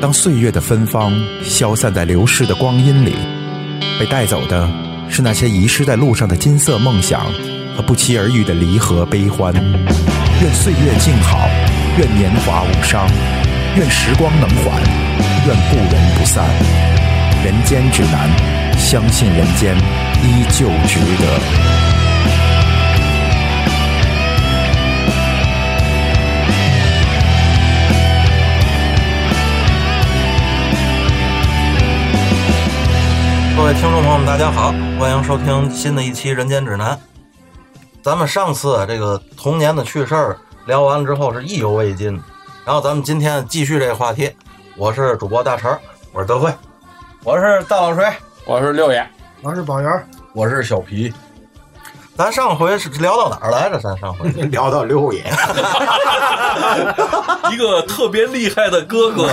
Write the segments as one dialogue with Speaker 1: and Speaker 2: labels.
Speaker 1: 当岁月的芬芳消散在流逝的光阴里，被带走的是那些遗失在路上的金色梦想和不期而遇的离合悲欢。愿岁月静好，愿年华无伤，愿时光能缓，愿故人不散。人间指南，相信人间依旧值 得。
Speaker 2: 各位听众朋友们，大家好，欢迎收听新的一期《人间指南》。咱们上次啊这个童年的趣事儿聊完了之后是意犹未尽，然后咱们今天继续这个话题。我是主播大成，我是德惠，我是大老锤，
Speaker 3: 我是六爷，
Speaker 4: 我是宝源，
Speaker 5: 我是小皮，
Speaker 2: 咱上回是聊到哪儿来着？咱上 回
Speaker 4: 聊到六爷，
Speaker 6: 一个特别厉害的哥哥，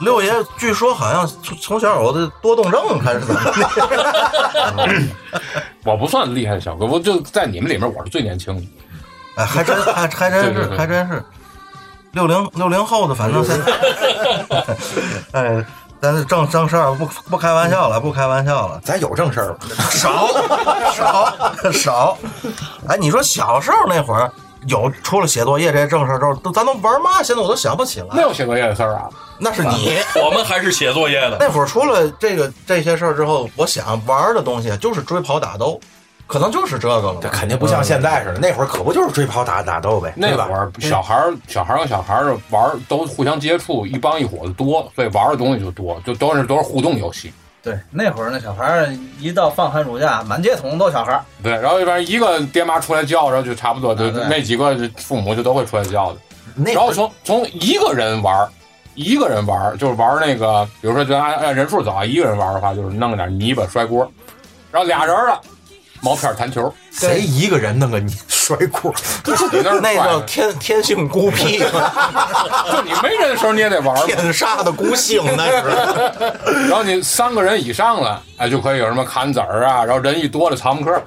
Speaker 2: 六爷据说好像从从小有的多动症还是怎么的？
Speaker 3: 我不算厉害的小哥，我就在你们里面我是最年轻的。
Speaker 2: 哎，还真还还真
Speaker 3: 对
Speaker 2: 是
Speaker 3: 对对
Speaker 2: 还真是，六零六零后的，反正 现在，哎，咱是正正事儿，不不开玩笑了，不开玩笑了。
Speaker 1: 咱有正事儿吗？
Speaker 2: 少少少。哎，你说小时候那会儿有除了写作业这些正事儿之后，都咱都玩嘛？现在我都想不起
Speaker 3: 那
Speaker 2: 来。
Speaker 3: 有写作业的事儿啊？
Speaker 2: 那是你
Speaker 6: 我们还是写作业的。
Speaker 2: 那会儿除了这个这些事儿之后，我想玩儿的东西啊就是追跑打斗，可能就是这个了
Speaker 1: 这
Speaker 2: 吧。
Speaker 1: 肯定不像现在似的，那会儿可不就是追跑打打斗呗，
Speaker 3: 那
Speaker 1: 对吧
Speaker 3: 会？儿小孩儿、小孩儿跟小孩儿玩儿都互相接触，一帮一伙的多，所以玩儿的东西就多，就都是都是互动游戏。
Speaker 5: 对，那会儿那小孩儿一到放寒暑假，满街桶都小孩儿，
Speaker 3: 对，然后一般一个爹妈出来叫，然后就差不多，就
Speaker 5: 啊对
Speaker 3: 那几个父母就都会出来叫的。
Speaker 1: 那
Speaker 3: 然后从从一个人玩儿，一个人玩儿就是玩儿那个，比如说就按按人数走啊，一个人玩儿的话就是弄点泥巴摔锅，然后俩人儿了，啊毛片儿弹球，
Speaker 1: 谁一个人弄个你 摔裤？
Speaker 3: 自己那儿
Speaker 2: 那
Speaker 3: 踹
Speaker 2: 叫天天性 孤僻，
Speaker 3: 就你没人的时候你也得玩 儿嘛，
Speaker 2: 天杀的孤性那是。
Speaker 3: 然后你三个人以上了，哎，就可以有什么砍子儿啊，然后人一多了藏木克，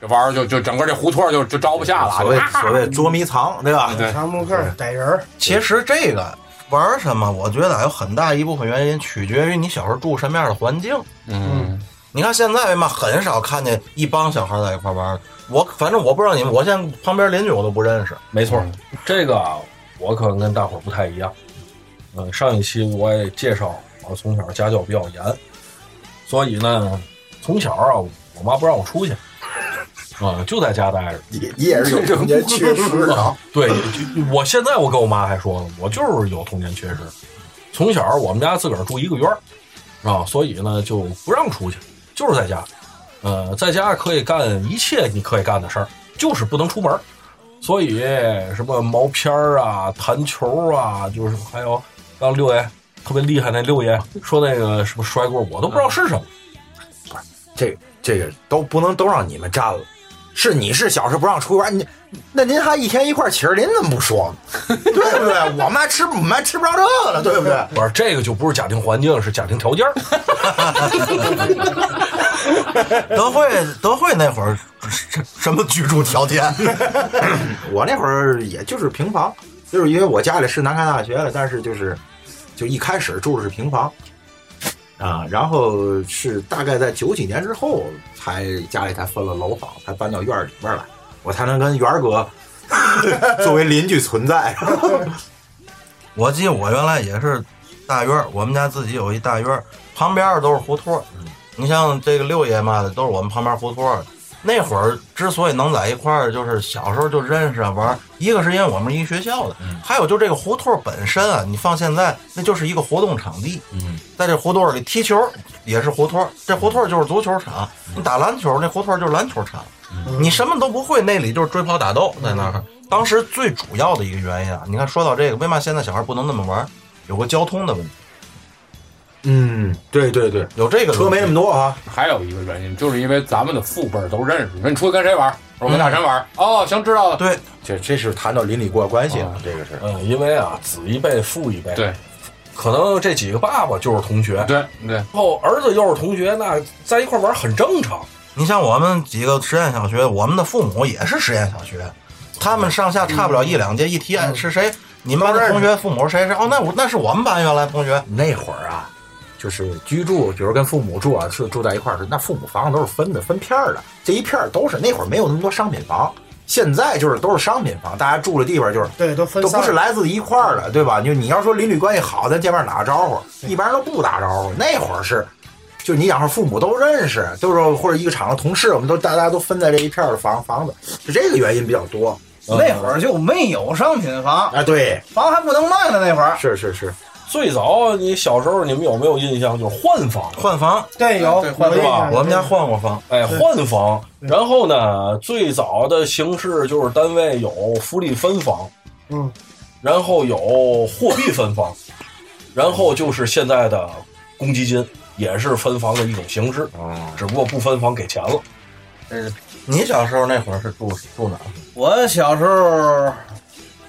Speaker 3: 这玩意儿就就整个这胡同就就招不下了。
Speaker 1: 所谓
Speaker 3: 啊
Speaker 1: 所谓捉迷藏，对吧？
Speaker 3: 对
Speaker 4: 长木克逮人儿，
Speaker 2: 其实这个玩儿什么，我觉得有很大一部分原因取决于你小时候住什么样的环境。
Speaker 3: 嗯，
Speaker 2: 你看现在为嘛很少看见一帮小孩在一块玩儿？我反正我不知道你们，我现在旁边邻居我都不认识。
Speaker 5: 没错
Speaker 3: 嗯，
Speaker 5: 这个啊，我可能跟大伙儿不太一样。嗯，上一期我也介绍，我从小家教比较严，所以呢，从小啊，我妈不让我出去， 啊、就在家待着。
Speaker 4: 也也是有中间缺失的。
Speaker 5: 对，就我现在我跟我妈还说呢，我就是有童年缺失。从小我们家自个儿住一个院儿，啊，所以呢就不让出去，就是在家。呃，在家可以干一切你可以干的事儿，就是不能出门儿。所以什么毛片儿啊、弹球啊，就是还有刚六爷特别厉害那六爷说那个什么摔棍儿，我都不知道是什么。
Speaker 1: 这这个都不能都让你们占了。是你是小时候不让出去玩，你那您还一天一块儿骑着，您怎么不说 呢？对不对？我们还吃我们还吃不着这个了，对不对？
Speaker 5: 不是这个就不是家庭环境，是家庭条件儿。
Speaker 2: 德惠，德惠那会儿什什么居住条件？
Speaker 1: 我那会儿也就是平房，就是因为我家里是南开大学的，但是就是就一开始住的是平房啊，然后是大概在九几年之后才家里才分了楼房，才搬到院儿里边儿来，我才能跟元儿哥 作为邻居存在。
Speaker 2: 我记得我原来也是大院儿，我们家自己有一大院儿，旁边儿都是胡同儿。你像这个六爷嘛的，都是我们旁边儿胡同儿。那会儿之所以能在一块儿，就是小时候就认识啊玩儿。一个是因为我们是一学校的，还有就这个胡同儿本身啊，你放现在那就是一个活动场地。
Speaker 1: 嗯，
Speaker 2: 在这胡同儿里踢球也是胡同儿，这胡同儿就是足球场。你打篮球，那胡同儿就是篮球场。你什么都不会，那里就是追跑打斗，在那
Speaker 1: 嗯
Speaker 2: 儿。当时最主要的一个原因啊，你看说到这个，为嘛现在小孩不能那么玩儿？有个交通的问题，
Speaker 1: 嗯，对对对，
Speaker 2: 有这个
Speaker 1: 车没那么
Speaker 2: 多。
Speaker 1: 多啊，
Speaker 3: 还有一个原因就是因为咱们的父辈儿都认识，你说你出去跟谁玩儿？我说跟大神玩儿。
Speaker 1: 嗯
Speaker 3: 哦，行，知道了。
Speaker 2: 对，
Speaker 1: 这这是谈到邻里过关系
Speaker 3: 啊
Speaker 1: 这个是。
Speaker 5: 嗯，因为啊，子一辈父一辈，
Speaker 3: 对
Speaker 5: 可能这几个爸爸就是同学，
Speaker 3: 对对，
Speaker 5: 然后儿子又是同学，那在一块玩很正常。
Speaker 2: 你像我们几个实验小学，我们的父母也是实验小学，他们上下差不了一两届，一提
Speaker 7: 嗯
Speaker 2: 哎是谁，你们班的同学父母是谁是哦，那我那是我们班原来同学，
Speaker 7: 那会儿啊，就是居住，比如跟父母住啊，是住在一块儿时，那父母房子都是分的，分片儿的，这一片儿都是。那会儿没有那么多商品房，现在就是都是商品房，大家住的地方就是
Speaker 4: 对，都分
Speaker 7: 都
Speaker 4: 散
Speaker 7: 不是来自一块儿的，对吧？就你要说邻里关系好，咱见面打个招呼，一般人都不打招呼。那会儿是，就你想说父母都认识，就是说或者一个厂的同事，我们都大家都分在这一片儿的房房子，是这个原因比较多。
Speaker 8: 那会儿就没有商品房，
Speaker 7: 啊，对，
Speaker 8: 房还不能卖呢。那会儿
Speaker 7: 是是是，
Speaker 5: 最早你小时候你们有没有印象？就是换房，
Speaker 2: 换房，
Speaker 4: 对有
Speaker 8: 哎对换
Speaker 4: 有
Speaker 8: 是
Speaker 4: 印
Speaker 8: 吧
Speaker 4: 象
Speaker 2: 我们家换过房，
Speaker 5: 哎，换房。然后呢，最早的形式就是单位有福利分房，
Speaker 4: 嗯，
Speaker 5: 然后有货币分房，然后就是现在的公积金，也是分房的一种形式，只不过不分房给钱了。
Speaker 2: 你小时候那会儿是住住哪儿？
Speaker 8: 哎我小时候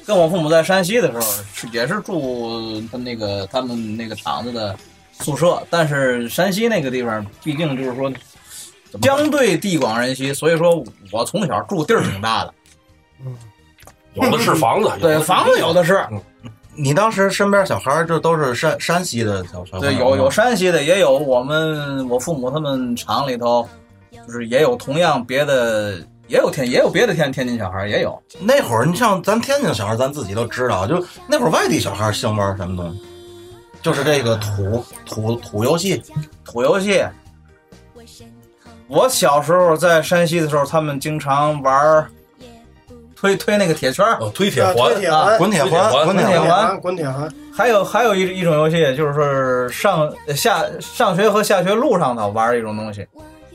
Speaker 8: 跟我父母在山西的时候，是也是住他们那个他们那个厂子的宿舍，但是山西那个地方毕竟就是说相对地广人稀，所以说我从小住地儿挺大的，
Speaker 5: 有的是房子，有的
Speaker 8: 对，
Speaker 5: 是
Speaker 8: 房子有的是，
Speaker 2: 你当时身边小孩儿就都是山山西的小小孩儿
Speaker 8: 对，
Speaker 2: 吗
Speaker 8: 有有山西的，也有我们我父母他们厂里头，就是也有同样别的，也有天也有别的天天津小孩儿也有，
Speaker 2: 那会儿，你像咱天津小孩儿，咱自己都知道，就那会儿外地小孩儿兴玩什么东西，就是这个土土土游戏，
Speaker 8: 土游戏。我小时候在山西的时候，他们经常玩儿推推那个铁圈儿，
Speaker 5: 呃推铁
Speaker 4: 啊
Speaker 5: 环
Speaker 4: 推，铁
Speaker 8: 啊
Speaker 4: 环、
Speaker 2: 滚铁环，
Speaker 5: 滚
Speaker 2: 滚
Speaker 8: 铁
Speaker 2: 铁
Speaker 8: 环
Speaker 2: 环。
Speaker 4: 环、滚铁环，
Speaker 8: 还有还有一一种游戏，就是说上下上学和下学路上头玩儿一种东西，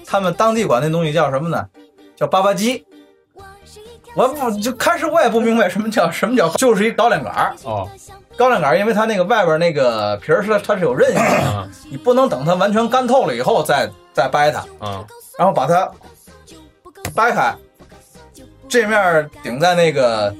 Speaker 8: 他们当地管那东西叫什么呢？叫粑粑鸡。我不就开始我也不明白什么叫什么叫，就是一高粱杆儿。
Speaker 3: 哦，
Speaker 8: 高粱杆儿，因为它那个外边那个皮儿是它是有韧性的，你不能等它完全干透了以后再再掰它，
Speaker 3: 啊，
Speaker 8: 然后把它掰开，这面儿顶在那个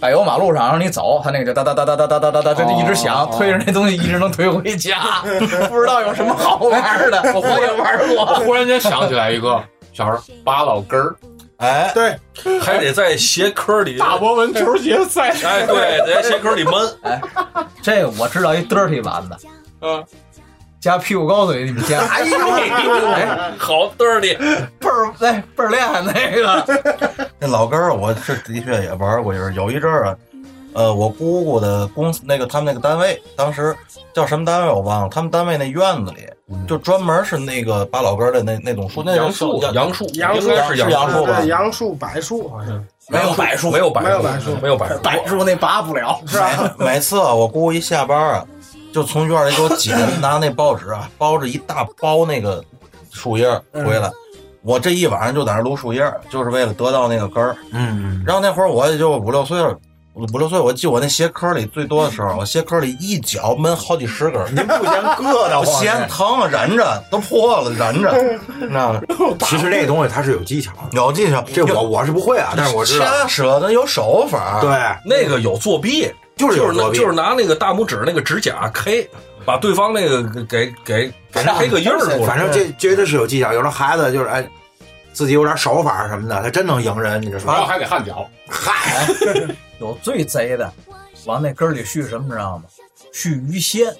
Speaker 8: 柏油马路上，然后你走，它那个就哒哒哒哒哒哒哒哒哒，就一直响，推着那东西一直能推回家，不知道有什么好玩儿的，我也玩
Speaker 3: 我
Speaker 8: 过。
Speaker 3: 忽然间想起来一个，小时候拔老根儿，
Speaker 2: 哎，
Speaker 4: 对，
Speaker 5: 还得在鞋壳里，
Speaker 3: 大博文球鞋赛，
Speaker 5: 哎，对，在鞋壳里闷。
Speaker 8: 这个我知道一 dirty 丸子，
Speaker 3: 嗯，
Speaker 8: 加屁股沟子里你们见过？哎呦， 哎
Speaker 6: 好嘚儿的，
Speaker 8: 倍儿哎倍儿厉害那个，
Speaker 2: 那老根儿，我是的确也玩过一阵儿，有一阵儿啊，呃，我姑姑的公司那个他们那个单位，当时叫什么单位我忘了，他们单位那院子里就专门是那个拔老根儿的那那种树，那种
Speaker 5: 杨
Speaker 2: 树
Speaker 5: 树，
Speaker 2: 叫
Speaker 5: 杨树，
Speaker 4: 杨树
Speaker 5: 应该是
Speaker 2: 是
Speaker 5: 杨
Speaker 2: 杨树吧
Speaker 4: 对杨树、柏树好像
Speaker 5: 没有柏树，没有柏
Speaker 4: 没有柏树
Speaker 5: 没有柏树，
Speaker 8: 摆住那拔哎不了。
Speaker 4: 是吧？
Speaker 2: 每次啊，我姑姑一下班啊，就从院里给我姐 拿那报纸啊，包着一大包那个树叶儿回来。我这一晚上就在那儿撸树叶儿，就是为了得到那个根儿。
Speaker 7: 嗯，
Speaker 2: 然后那会儿我也就五六岁了，五六岁，我记我那鞋壳里最多的时候，我鞋壳里一脚闷好几十根儿，
Speaker 7: 您不嫌硌得
Speaker 2: 我
Speaker 7: 慌
Speaker 2: 鞋
Speaker 7: 呢？
Speaker 2: 疼，啊忍着都破了，忍着， 你知道吗？
Speaker 7: 其实这东西它是有技巧的，
Speaker 2: 有技巧，
Speaker 7: 这我我是不会啊，但是我知道，
Speaker 2: 掐舌头有手法，，
Speaker 7: 对，
Speaker 5: 那个有作弊，
Speaker 7: 就是
Speaker 5: 就
Speaker 7: 有
Speaker 5: 是拿
Speaker 7: 作弊
Speaker 5: 就是拿那个大拇指那个指甲 K，把对方那个给给给
Speaker 7: 反正
Speaker 5: K 个印儿出来。
Speaker 7: 反正这绝对是有技巧。有的孩子就是哎，自己有点手法什么的，他真能赢人。你这说
Speaker 2: 啊
Speaker 3: 然后还得焊脚，
Speaker 7: 嗨，
Speaker 8: 有最贼的，往那根儿里续什么知道吗？续鱼线，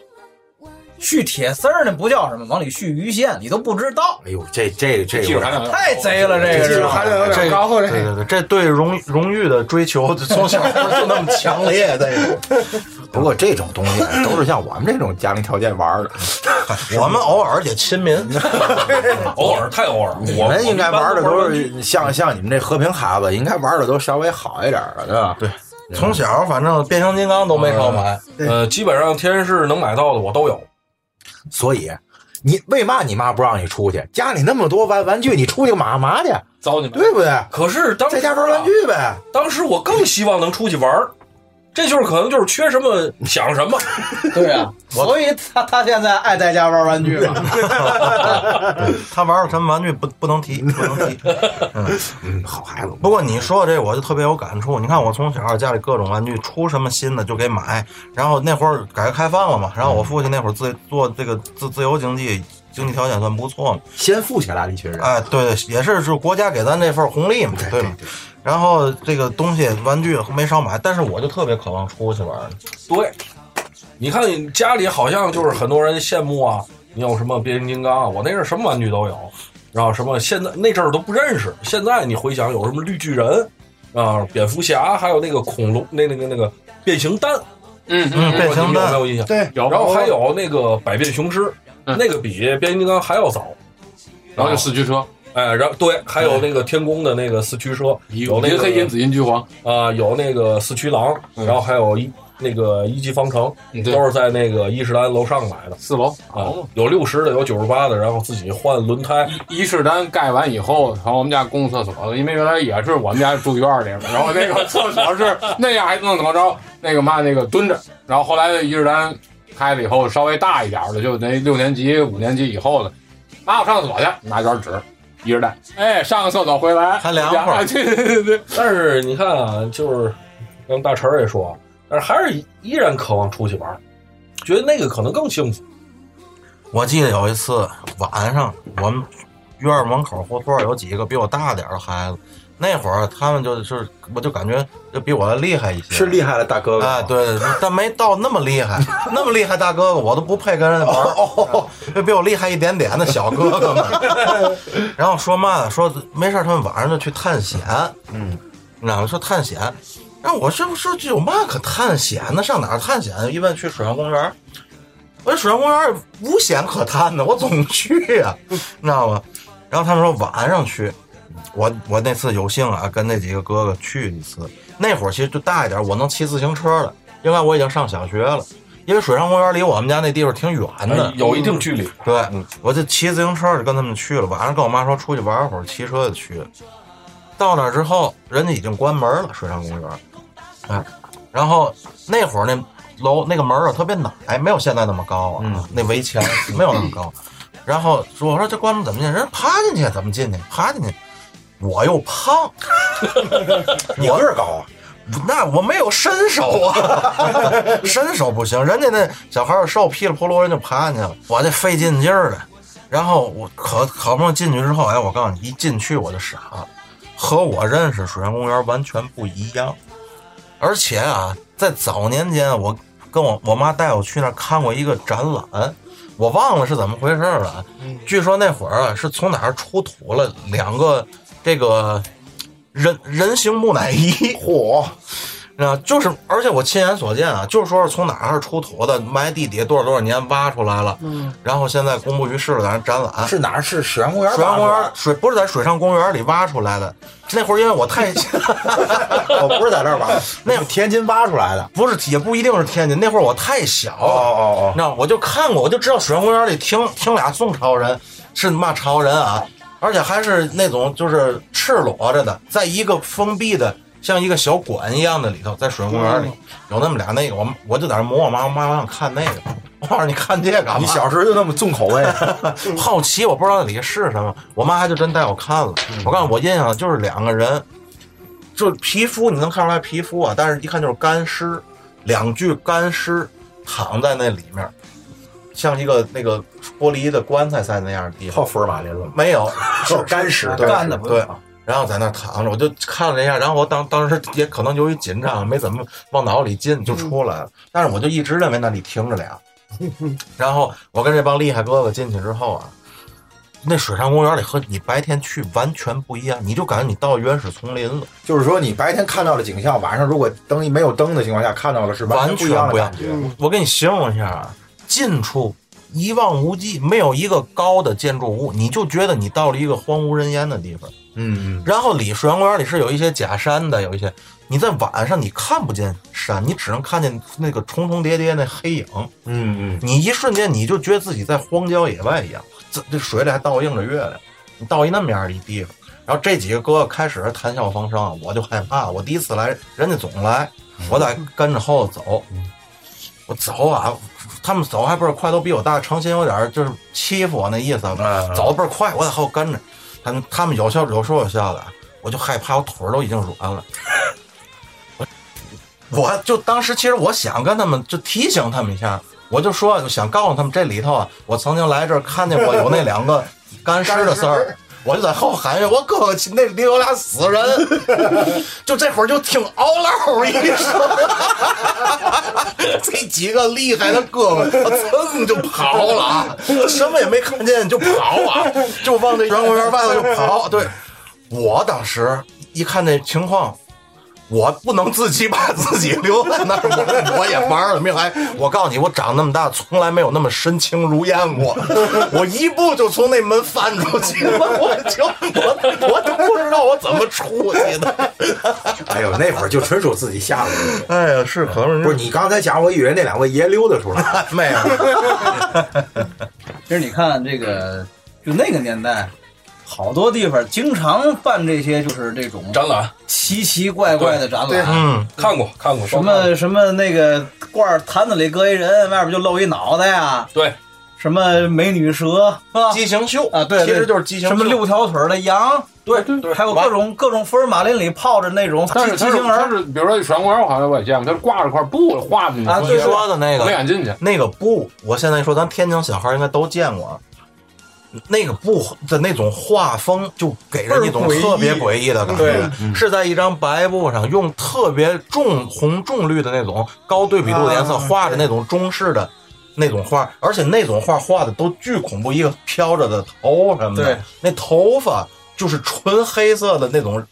Speaker 8: 续铁丝儿那不叫什么，往里续鱼线，你都不知道，
Speaker 7: 哎呦，这这这
Speaker 3: 技术含量有点高
Speaker 8: 太贼了哦这个
Speaker 7: 这
Speaker 4: 技
Speaker 8: 是
Speaker 4: 术
Speaker 7: 个
Speaker 8: 吧？
Speaker 4: 含量有点高，这
Speaker 2: 对对对，这对荣荣誉的追求从小就那么强烈， 这个。
Speaker 7: 不过这种东西都是像我们这种家庭条件玩的，
Speaker 2: 我们偶尔也亲 民，
Speaker 5: 偶尔太偶尔了，
Speaker 7: 你
Speaker 5: 我
Speaker 7: 们应该玩的
Speaker 5: 我一
Speaker 7: 都
Speaker 5: 般玩玩具
Speaker 7: 是像像你们这和平孩子，应该玩的都稍微好一点的，对吧？对，
Speaker 2: 从小反正变形金刚都没少
Speaker 8: 哎
Speaker 7: 嗯
Speaker 2: 买。
Speaker 5: 呃，基本上天市能买到的我都有。
Speaker 7: 所以你为嘛你妈不让你出去？家里那么多玩玩具，你出去干嘛去？
Speaker 3: 糟践。
Speaker 7: 对不对？
Speaker 5: 可是当时
Speaker 7: 在
Speaker 5: 啊
Speaker 7: 家玩玩具呗。
Speaker 5: 当时我更希望能出去玩儿，这就是可能就是缺什么想什么。
Speaker 8: 对啊，所以他他现在爱在家玩玩具嘛。
Speaker 2: 他玩的什么玩具不不能 提，不能提。
Speaker 7: 嗯，好孩子，
Speaker 2: 不过你说这我就特别有感触。你看我从小家里各种玩具出什么新的就给买，然后那会儿改革开放了嘛，然后我父亲那会儿自做这个自自由经济。经济条件算不错嘛，
Speaker 7: 先富起来的一群人。
Speaker 2: 哎，对对，也是是国家给咱这份红利嘛，对吧？然后这个东西玩具没少买，但是我就特别渴望出去玩儿。
Speaker 5: 对，你看你家里好像就是很多人羡慕啊，你有什么变形金刚啊，我那阵儿什么玩具都有，然后什么现在那阵儿都不认识，现在你回想有什么绿巨人啊、蝙蝠侠，还有那个恐龙，那那个那个变形蛋，
Speaker 3: 嗯
Speaker 2: 嗯，变
Speaker 5: 你
Speaker 2: 形
Speaker 5: 们有没
Speaker 2: 蛋
Speaker 5: 有印象？
Speaker 4: 对，
Speaker 3: 有
Speaker 5: 然后还有那个百变雄狮，
Speaker 3: 嗯
Speaker 5: 那个比变形金刚还要早。
Speaker 3: 然后就四驱车，
Speaker 5: 哎，然后对，还有那个天宫的那个四驱车，有那
Speaker 3: 银
Speaker 5: 个
Speaker 3: 黑银紫银橘黄，
Speaker 5: 啊、有那个四驱狼，然后还有一那个一级方程，
Speaker 3: 嗯对
Speaker 5: 都是在那个伊势丹楼上买的。
Speaker 3: 四楼
Speaker 5: 啊，
Speaker 8: 哦
Speaker 5: 有六十的，有九十八的，然后自己换轮胎。
Speaker 3: 伊势丹盖完以后，然后我们家公共厕所，因为原来也是我们家住院里嘛，然后那个厕 所是那样还弄怎么着，那个嘛那个蹲着，然后后来伊势丹开了以后，稍微大一点的，就那六年级、五年级以后的，妈我上厕所去，拿卷纸，伊势丹，哎，上个厕所回来
Speaker 2: 还凉快儿
Speaker 3: 哎对 对对对，
Speaker 5: 但是你看啊，就是让大陈儿也说，但是还是依然渴望出去玩儿，觉得那个可能更幸福。
Speaker 2: 我记得有一次晚上，我们院儿门口胡同儿有几个比我大点儿的孩子，那会儿他们就是，我就感觉就比我厉害一些，
Speaker 7: 是厉害了大哥哥。
Speaker 2: 哎，对对，对但没到那么厉害，那么厉害大哥哥我都不配跟人玩 儿，哦就比我厉害一点点的小哥哥们。然后说嘛呢？说没事儿，他们晚上就去探险，嗯，你知道吗？说探险，然后我说说这有嘛可探险的？上哪儿探险？啊一问去水上公园儿，我说水上公园儿无险可探呢，我总去呀、你知道吗？然后他们说晚上去，我我那次有幸啊，跟那几个哥哥去一次。那会儿其实就大一点，我能骑自行车了，因为我已经上小学了。因为水上公园离我们家那地方挺远的，
Speaker 5: 有一定距离，
Speaker 2: 对，嗯我就骑自行车就跟他们去了。晚上跟我妈说出去玩会儿，骑车就去了。到那儿之后，人家已经关门了，水上公园。哎，然后那会儿那楼那个门儿啊特别矮，没有现在那么高啊，
Speaker 7: 嗯
Speaker 2: 那围墙没有那么高。然后说我说这关门怎么进？人家爬进去怎么进去？爬进去，我又胖，
Speaker 7: 你个儿高啊，
Speaker 2: 那我没有身手啊， 身手不行。人家那小孩儿瘦，噼里扑噜人就爬进去了，我这费尽劲儿的。然后我可好不容易进去之后，哎，我告诉你，一进去我就傻了，和我认识水上公园完全不一样。而且啊，在早年间，我跟我我妈带我去那儿看过一个展览，我忘了是怎么回事儿了。据说那会儿啊，是从哪儿出土了两个这个人人形木乃伊，
Speaker 7: 嚯！
Speaker 2: 啊，就是，而且我亲眼所见啊，就是说是从哪儿出土的，埋地底下多少多少年挖出来了，嗯，然后现在公布于世了，咱展览。
Speaker 7: 是哪儿？是史阳公园吧？
Speaker 2: 水上公园水不是在水上公园里挖出来的，那会儿因为我太
Speaker 7: 我不是在这儿吧？
Speaker 2: 那
Speaker 7: 是天津挖出来的。
Speaker 2: 不是也不一定是天津，那会儿我太小
Speaker 7: 哦
Speaker 2: 了，
Speaker 7: 哦
Speaker 2: 那我就看过，我就知道水上公园里听听俩宋朝人是嘛朝人啊，而且还是那种就是赤裸着的，在一个封闭的像一个小馆一样的里头，在水上公园里有那么俩那个，我我就在那摸我妈，我妈我想看那个， 我告诉你看这干嘛？
Speaker 7: 哦，你小时候就那么重口味，
Speaker 2: 好奇，我不知道那里是什么。我妈还就真带我看了。
Speaker 7: 嗯
Speaker 2: 我告诉你，我印象就是两个人，就是皮肤你能看出来皮肤啊，但是一看就是干尸，两具干尸躺在那里面，像一个那个玻璃的棺材在那样的地
Speaker 7: 泡
Speaker 2: 方，
Speaker 7: 福尔马林了，
Speaker 2: 没 有
Speaker 7: 是干尸，
Speaker 2: 对
Speaker 8: 干的不
Speaker 2: 对。然后在那躺着，我就看了一下，然后我当当时也可能由于紧张，没怎么往脑里进，就出来了。
Speaker 7: 嗯
Speaker 2: 但是我就一直认为那里停着俩。然后我跟这帮厉害哥哥进去之后啊，那水上公园里和你白天去完全不一样，你就感觉你到原始丛林了，
Speaker 7: 就是说你白天看到的景象，晚上如果灯没有灯的情况下看到的是全不一样的感觉。
Speaker 2: 我给你形容一下啊，近处一望无际，没有一个高的建筑物，你就觉得你到了一个荒无人烟的地方。
Speaker 7: 嗯嗯，
Speaker 2: 然后里水上公园里是有一些假山的，有一些你在晚上你看不见山，你只能看见那个重重叠叠那黑影。
Speaker 7: 嗯嗯，
Speaker 2: 你一瞬间你就觉得自己在荒郊野外一样，这这水里还倒映着月亮，你到一那么样的一地方。然后这几个哥哥开始谈笑风生啊，我就害怕，我第一次来，人家总来，我得跟着后头走。我走啊，他们走还倍儿快，都比我大，成心有点就是欺负我那意思啊，走得倍儿快，我在后头跟着。他们他们有笑有说有笑的，我就害怕，我腿儿都已经软了。我就当时其实我想跟他们就提醒他们一下，我就说就想告诉他们这里头啊，我曾经来这儿看见过有那两个干尸的事儿，我就在后喊一声，我哥哥那里有俩死人，就这会儿就听嗷唠一声，这几个厉害的哥们儿噌就跑了啊，什么也没看见就跑啊，就往这圆公园外头就跑。对，我当时一看这情况。我不能自己把自己留在那儿，我我也玩了命。哎，我告诉你，我长那么大从来没有那么身轻如燕过，我一步就从那门翻出去 了，我就我我都不知道我怎么出去的。
Speaker 7: 哎呦，那会儿就纯属自己吓唬自己。
Speaker 2: 哎呀，是可
Speaker 7: 不是你刚才讲，我以为那两位爷溜达出来了。
Speaker 2: 没有，
Speaker 8: 其实你看这个，就那个年代，好多地方经常办这些，就是这种
Speaker 6: 展览
Speaker 8: 奇奇怪怪的展览。
Speaker 2: 嗯，
Speaker 6: 看过看过，
Speaker 8: 什么什么那个罐儿坛子里搁一人，外边就露一脑袋呀。
Speaker 6: 对，
Speaker 8: 什么美女蛇是吧？
Speaker 2: 畸形秀
Speaker 8: 啊对对
Speaker 2: 其实就是畸形
Speaker 8: 什
Speaker 2: 秀。
Speaker 8: 么六条腿儿的羊，对
Speaker 2: 啊
Speaker 8: 对，还有各种各种福尔马林里泡着那种
Speaker 3: 但是
Speaker 8: 畸
Speaker 3: 他
Speaker 8: 畸
Speaker 3: 是
Speaker 8: 形
Speaker 3: 他
Speaker 8: 儿
Speaker 3: 是，比如说玄关，我好像我也见过，他是挂着块布画的那
Speaker 8: 啊对
Speaker 3: 东
Speaker 2: 你
Speaker 3: 西，
Speaker 2: 说的那
Speaker 3: 我没
Speaker 2: 个
Speaker 3: 敢进去。
Speaker 2: 那个布，我现在说咱天津小孩应该都见过啊。那个布的那种画风，就给人一种
Speaker 4: 倍儿诡异
Speaker 2: 特别诡异的感觉，
Speaker 7: 嗯
Speaker 2: 是在一张白布上用特别重红重绿的那种高对比度的颜色
Speaker 4: 啊
Speaker 2: 画的那种中式的那种画，而且那种画画的都巨恐怖，一个飘着的头什么的
Speaker 8: 对，
Speaker 2: 那头发就是纯黑色的那种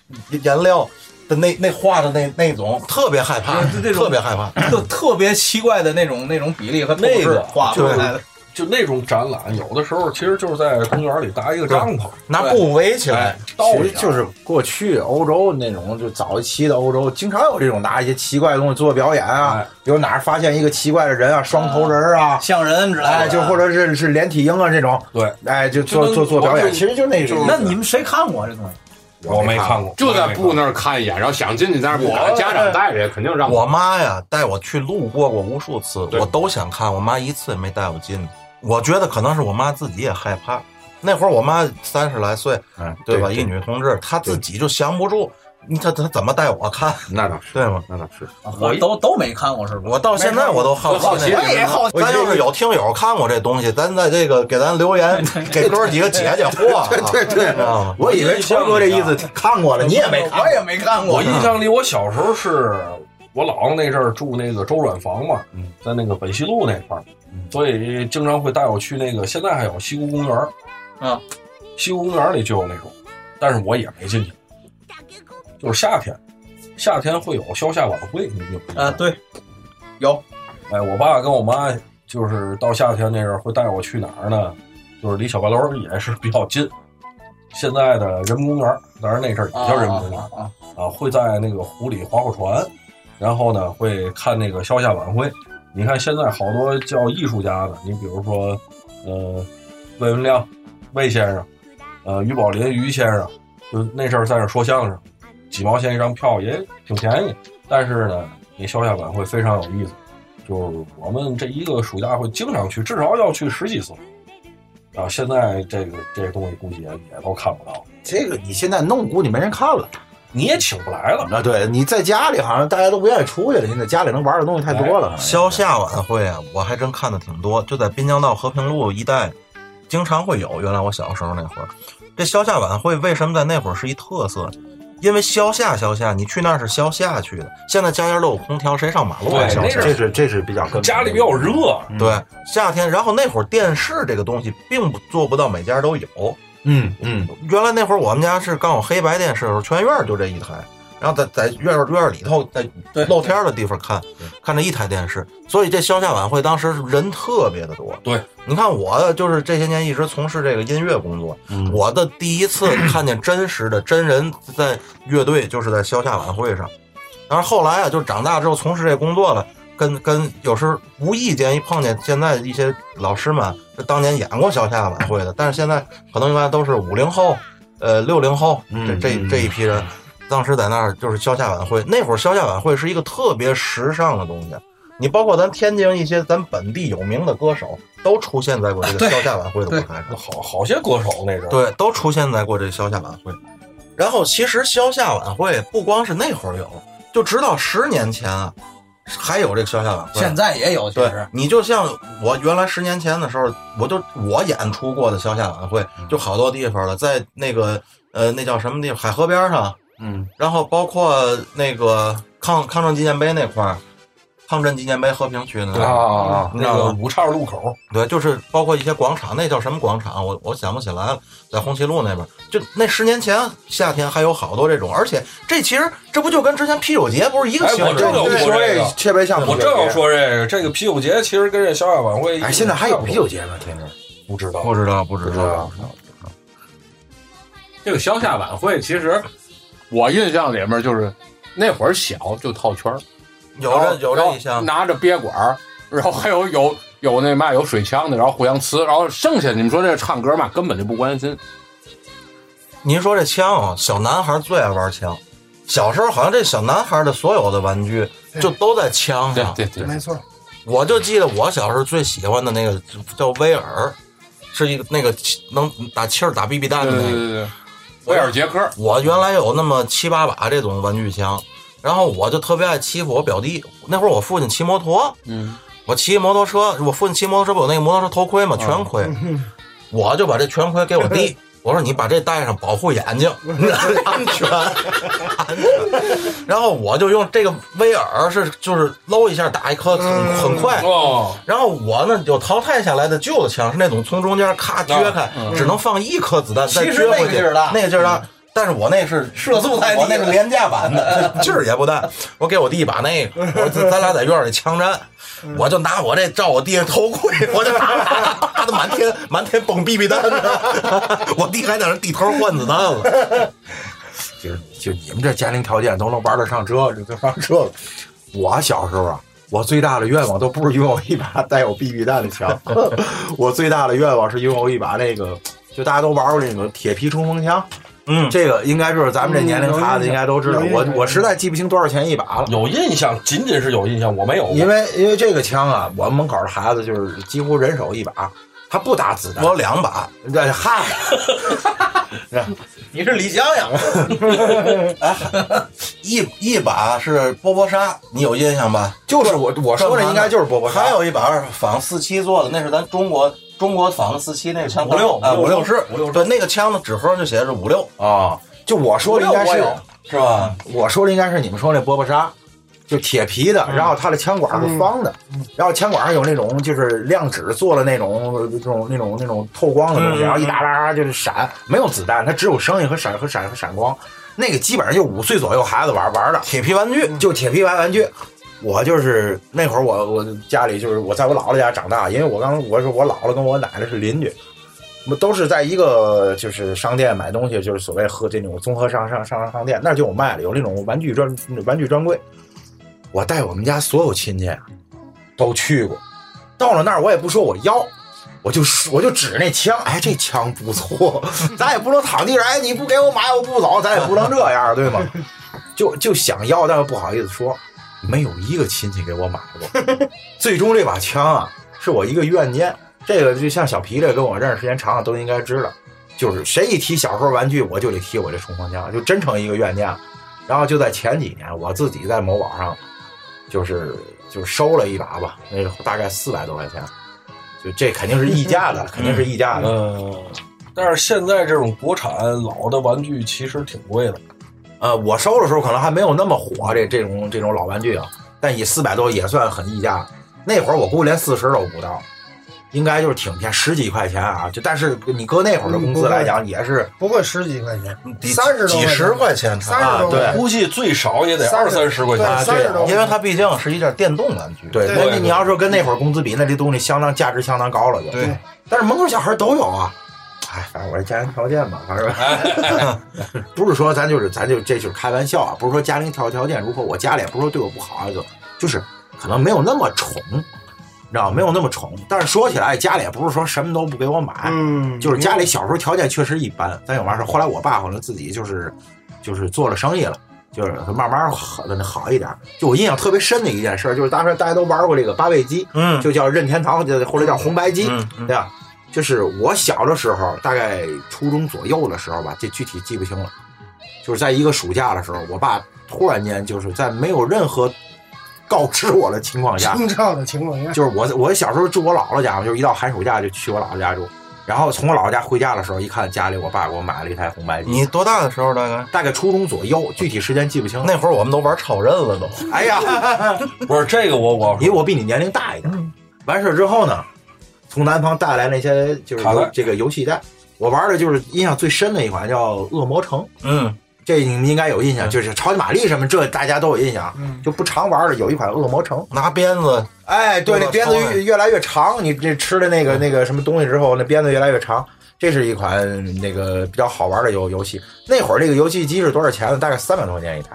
Speaker 2: 颜料的那那画的那那种特别害怕
Speaker 8: 对，那种
Speaker 2: 特别害怕。
Speaker 8: 就特别奇怪的那种那种比例和透
Speaker 5: 那
Speaker 8: 视
Speaker 5: 个
Speaker 8: 画出来的。
Speaker 5: 就那种展览，有的时候其实就是在公园里搭一个帐篷，
Speaker 2: 拿布围起来，
Speaker 5: 倒
Speaker 7: 其实
Speaker 2: 啊
Speaker 7: 就是过去欧洲那种，就早期的欧洲，经常有这种拿一些奇怪的东西做表演啊
Speaker 5: 哎，
Speaker 7: 比如哪儿发现一个奇怪的人啊，双头人儿啊，
Speaker 8: 像人之类的，
Speaker 7: 哎，就或者是是连体婴啊这种，
Speaker 5: 对，
Speaker 7: 哎，就做
Speaker 5: 就跟
Speaker 7: 做做表
Speaker 5: 我
Speaker 7: 演，
Speaker 5: 就
Speaker 7: 其实就那种。
Speaker 8: 那你们谁看过这东西？
Speaker 5: 我没看过，
Speaker 3: 就在布那儿看一眼，然后想进去，但是不敢。家长带着也肯定
Speaker 7: 啊
Speaker 3: 让
Speaker 2: 哎我妈呀，带我去路过过无数次，
Speaker 3: 对
Speaker 2: 我都想看，我妈一次也没带我进。我觉得可能是我妈自己也害怕。那会儿我妈三十来岁，
Speaker 7: 哎，
Speaker 2: 对吧？一女同志，她自己就降不住，你她她怎么带我看，
Speaker 7: 那倒是，嗯
Speaker 2: 对吗？
Speaker 7: 那倒是。
Speaker 8: 啊我都都没看过，是不是？
Speaker 2: 我到现在我都好
Speaker 3: 我好奇
Speaker 2: 奇，我也好奇。咱要是有听友看过这东西，咱在这个给咱留 言，给哥儿几个解解惑啊。
Speaker 7: 对对
Speaker 2: 知道吗？
Speaker 7: 我以为川哥这意思看过了，你也没看
Speaker 8: 我也没看过
Speaker 5: 我。印象里，我小时候是我姥姥那阵儿住那个周转房嘛，
Speaker 8: 嗯
Speaker 5: 在那个北西路那块儿，所以经常会带我去那个，现在还有西湖公园
Speaker 8: 啊，
Speaker 5: 西湖公园里就有那种，但是我也没进去，
Speaker 8: 嗯
Speaker 5: 就是夏天，夏天会有消夏晚会，你有
Speaker 8: 啊，对，有
Speaker 5: 哎，我爸跟我妈就是到夏天那阵儿会带我去哪儿呢？就是离小白楼儿也是比较近，现在的人民公园儿，当然那阵儿也叫人民公园儿
Speaker 8: 啊啊啊
Speaker 5: 啊，会在那个湖里划划船，然后呢会看那个消夏晚会。你看现在好多叫艺术家的，你比如说，呃，魏文亮、魏先生，呃，于宝林、于先生，就那阵儿在那儿说相声，几毛钱一张票也挺便宜，但是呢，你消夏晚会非常有意思。就是我们这一个暑假会经常去，至少要去十几次。啊，现在这个这东西估计也也都看不到，
Speaker 7: 这个，你现在弄估计没人看了。
Speaker 5: 你也请不来了。
Speaker 7: 啊，对，你在家里好像大家都不愿意出去了，现在家里能玩的东西太多了。
Speaker 2: 消夏晚会啊，我还真看的挺多，就在滨江道和平路一带，经常会有。原来我小时候那会儿，这消夏晚会为什么在那会儿是一特色？因为消夏消夏，你去那儿是消夏去的。现在家家都有空调，谁上马路啊？
Speaker 5: 对
Speaker 2: 消
Speaker 5: 那
Speaker 2: 夏
Speaker 5: 阵儿
Speaker 7: 哎这是这是比较根本的
Speaker 5: 家里比较热，
Speaker 7: 嗯
Speaker 2: 对，夏天。然后那会儿电视这个东西并不做不到每家都有。
Speaker 7: 嗯嗯，
Speaker 2: 原来那会儿我们家是刚有黑白电视的时候，全院儿就这一台，然后在在院儿院儿里头，在露天儿的地方看，看这一台电视，所以这消夏晚会当时人特别的多。
Speaker 5: 对，
Speaker 2: 你看我就是这些年一直从事这个音乐工作，
Speaker 7: 嗯
Speaker 2: 我的第一次看见真实的真人在乐队，就是在消夏晚会上。但是后来啊，就长大之后从事这工作了，跟跟有时候无意间一碰见现在一些老师们，这当年演过消夏晚会的，但是现在可能一般都是五零后、呃六零后这
Speaker 7: 嗯
Speaker 2: 这
Speaker 7: 嗯
Speaker 2: 这一批人，当时在那儿就是消夏晚会。那会儿消夏晚会是一个特别时尚的东西，你包括咱天津一些咱本地有名的歌手都出现在过
Speaker 7: 啊
Speaker 2: 这个消夏晚会的舞台上。
Speaker 5: 好好些歌手那阵儿，
Speaker 2: 对，都出现在过这消夏晚会。然后其实消夏晚会不光是那会儿有，就直到十年前啊，还有这个消夏晚会。
Speaker 8: 现在也有，其
Speaker 2: 对
Speaker 8: 实，
Speaker 2: 你就像我原来十年前的时候，我就我演出过的消夏晚会，就好多地方了，在那个呃，那叫什么地方，海河边上，
Speaker 7: 嗯，
Speaker 2: 然后包括那个抗抗震纪念碑那块儿，抗震纪念碑和平区那
Speaker 3: 啊
Speaker 2: 儿，
Speaker 3: 啊啊！
Speaker 2: 你知
Speaker 5: 那
Speaker 2: 道
Speaker 5: 个
Speaker 2: 吗？
Speaker 5: 五岔路口，
Speaker 2: 对，就是包括一些广场，那叫什么广场？我我想不起来了，在红旗路那边。就那十年前夏天还有好多这种，而且这其实这不就跟之前啤酒节不是一个
Speaker 5: 哎
Speaker 2: 性
Speaker 5: 我
Speaker 2: 质
Speaker 5: 正
Speaker 2: 吗？
Speaker 5: 要
Speaker 7: 对
Speaker 5: 说这个
Speaker 7: 这切别像啤酒
Speaker 5: 我
Speaker 7: 节
Speaker 5: 正要，说这个，这个啤酒节其实跟这小雅晚会，
Speaker 7: 哎，现在还有啤酒节吗？天津
Speaker 5: 不知道
Speaker 2: 不知道，不知道。
Speaker 3: 这个消夏晚会，其实我印象里面就是那会儿小就套圈儿，
Speaker 2: 有这有这一
Speaker 3: 然后
Speaker 2: 项，
Speaker 3: 拿着憋管儿，然后还有有有那嘛有水枪的，然后互相呲，然后剩下你们说这唱歌嘛根本就不关心，
Speaker 2: 您说这枪啊，小男孩最爱玩枪。小时候好像这小男孩的所有的玩具就都在枪
Speaker 3: 对
Speaker 2: 上。
Speaker 3: 啊对对，
Speaker 4: 没错，
Speaker 2: 我就记得我小时候最喜欢的那个叫威尔，是一个那个能打气儿打 BB 弹
Speaker 3: 对
Speaker 2: 的
Speaker 3: 对
Speaker 2: 那
Speaker 3: 对
Speaker 2: 个。
Speaker 3: 对对，威尔杰克，
Speaker 2: 我原来有那么七八把这种玩具枪，然后我就特别爱欺负我表弟。那会儿我父亲骑摩托，
Speaker 3: 嗯，
Speaker 2: 我骑摩托车，我父亲骑摩托车不有那个摩托车头盔吗？全盔，我就把这全盔给我弟。我说你把这戴上，保护眼睛，安全，安全。然后我就用这个威尔是就是搂一下打一颗，很很快。
Speaker 3: 哦，
Speaker 2: 然后我呢有淘汰下来的旧的枪，是那种从中间咔撅开，只能放一颗子弹，再
Speaker 8: 其实
Speaker 2: 撅回
Speaker 8: 那个
Speaker 2: 去
Speaker 8: 劲儿大，
Speaker 2: 那个劲儿
Speaker 7: 嗯
Speaker 2: 大。但是我那是
Speaker 8: 射速太低了
Speaker 2: 我那是廉价版的，劲儿也不大。我给我弟一把那个，我说咱俩在院里枪战，
Speaker 7: 嗯
Speaker 2: 我就拿我这照我弟的头盔，我就打打的满天 满天蹦 BB 弹呢， 我弟还在那地头换子弹了。
Speaker 7: 就是就你们这家庭条件都能玩得上这，就能上这个。我小时候啊，我最大的愿望都不是拥有一把带有 BB 弹的枪，我最大的愿望是拥有一把那个，就大家都玩过那种铁皮冲锋枪。
Speaker 2: 嗯
Speaker 7: 这个应该就是咱们这年龄孩子应该都知道。
Speaker 4: 嗯有印
Speaker 7: 我
Speaker 4: 象
Speaker 7: 我实在记不清多少钱一把了。
Speaker 5: 有印象，仅仅是有印象，我没有。
Speaker 7: 因为因为这个枪啊，我们门口的孩子就是几乎人手一把，它不打子弹
Speaker 2: 我。有两把，
Speaker 7: 这嗨，
Speaker 8: 你是李湘呀？
Speaker 2: 哎一一把是波波沙，你有印象吧？
Speaker 7: 就是我我说的应该就是波波
Speaker 2: 还有一把仿四七做的，那是咱中国中国仿四七那个枪，
Speaker 5: 五六
Speaker 2: 啊
Speaker 5: 五
Speaker 2: 五
Speaker 5: 六
Speaker 2: 六式，五六对那个枪的纸盒就写的是五六，
Speaker 7: 啊，就我说的应该
Speaker 8: 我
Speaker 7: 是
Speaker 8: 有
Speaker 2: 是吧？
Speaker 7: 我说的应该是你们说那波波沙，就铁皮的，
Speaker 2: 嗯
Speaker 7: 然后它的枪管是方的，然后枪管上有那种就是亮纸做的那种那种那种那种透光的东西，
Speaker 2: 嗯嗯
Speaker 7: 然后一打啦就是闪，没有子弹，它只有声音和闪和闪和闪光。那个基本上就五岁左右孩子玩玩的，
Speaker 2: 铁皮玩具，
Speaker 7: 就铁皮玩玩具。我就是那会儿我，我家里就是我在我姥姥家长大，因为我刚我是我姥姥跟我奶奶是邻居，我们都是在一个就是商店买东西，就是所谓和这种综合商商商商店，那儿就有卖的，有那种玩具专玩具专柜。我带我们家所有亲戚啊都去过，到了那儿我也不说我要，我就说我就指那枪，哎，这枪不错，咱也不能躺地上，哎，你不给我买我不走，咱也不能这样，对吗？ 就就想要，但是不好意思说，没有一个亲戚给我买过。最终这把枪啊，是我一个怨念。这个就像小皮这跟我认识时间长了都应该知道，就是谁一提小时候玩具，我就得提我这冲锋枪，就真成一个怨念了。然后就在前几年，我自己在某宝上，就是就是收了一把吧，那个大概四百多块钱，就这肯定是溢价的，肯定是溢价的。
Speaker 5: 嗯，但是现在这种国产老的玩具其实挺贵的，
Speaker 7: 呃，我收的时候可能还没有那么火，啊这这种这种老玩具啊，但以四百多也算很溢价了。那会儿我估计连四十都不到，应该就是挺便宜，十几块钱啊。就但是你搁那会儿的工资来讲，也是
Speaker 4: 嗯
Speaker 7: 嗯
Speaker 4: 不过十几块钱，
Speaker 2: 得
Speaker 4: 三十多
Speaker 2: 几
Speaker 4: 块
Speaker 2: 十
Speaker 4: 钱
Speaker 2: 块钱差不
Speaker 4: 三
Speaker 2: 多，
Speaker 4: 十多
Speaker 7: 啊对
Speaker 4: 块钱，
Speaker 5: 估计最少也得
Speaker 4: 三
Speaker 5: 二
Speaker 4: 十
Speaker 5: 三十块钱。
Speaker 4: 对，三十多块钱，
Speaker 2: 因为它毕竟是一件电动玩具。
Speaker 7: 对。
Speaker 4: 对
Speaker 7: 那
Speaker 5: 对
Speaker 7: 你要说跟那会儿工资比，那这东西相当价值相当高了就。
Speaker 4: 对。
Speaker 7: 但是门口小孩都有啊。哎，反正我这家庭条件吧，反正 不是说咱就是咱就这就是开玩笑啊，不是说家庭条条件如何，我家里也不是说对我不好啊，就就是可能没有那么宠，你知道吗没有那么宠。但是说起来，家里也不是说什么都不给我买，
Speaker 4: 嗯，
Speaker 7: 就是家里小时候条件确实一般，咱有嘛事儿。后来我爸好像自己就是就是做了生意了，就是慢慢好的好一点儿。就我印象特别深的一件事儿，就是当时大家都玩过这个八位机，
Speaker 2: 嗯
Speaker 7: 就叫任天堂，就或者叫红白机，
Speaker 2: 嗯嗯
Speaker 7: 对吧？就是我小的时候，大概初中左右的时候吧，这具体记不清了。就是在一个暑假的时候，我爸突然间就是在没有任何告知我的情况下，
Speaker 4: 清照的情况下，
Speaker 7: 就是我我小时候住我姥姥家嘛，就是一到寒暑假就去我姥姥家住。然后从我姥姥家回家的时候，一看家里我爸给我买了一台红白机，
Speaker 2: 你多大的时候大
Speaker 8: 呃
Speaker 2: 概？
Speaker 7: 大概初中左右，具体时间记不清。
Speaker 2: 那会儿我们都玩超人了都。
Speaker 7: 哎呀，
Speaker 5: 不是这个我我
Speaker 7: 因为我比你年龄大一点。完事儿之后呢，从南方带来那些就是
Speaker 5: 卡带
Speaker 7: 游这个游戏带，我玩的就是印象最深的一款叫《恶魔城》，
Speaker 2: 嗯，
Speaker 7: 这你们应该有印象，就是超级玛丽什么这大家都有印象，
Speaker 4: 嗯，
Speaker 7: 就不常玩的有一款《恶魔城》。
Speaker 2: 拿鞭子，
Speaker 7: 哎，对，那鞭子越越来越长，你这吃了那个那个什么东西之后，那鞭子越来越长。这是一款那个比较好玩的游游戏。那会儿这个游戏机是多少钱呢？大概三百多块钱一台。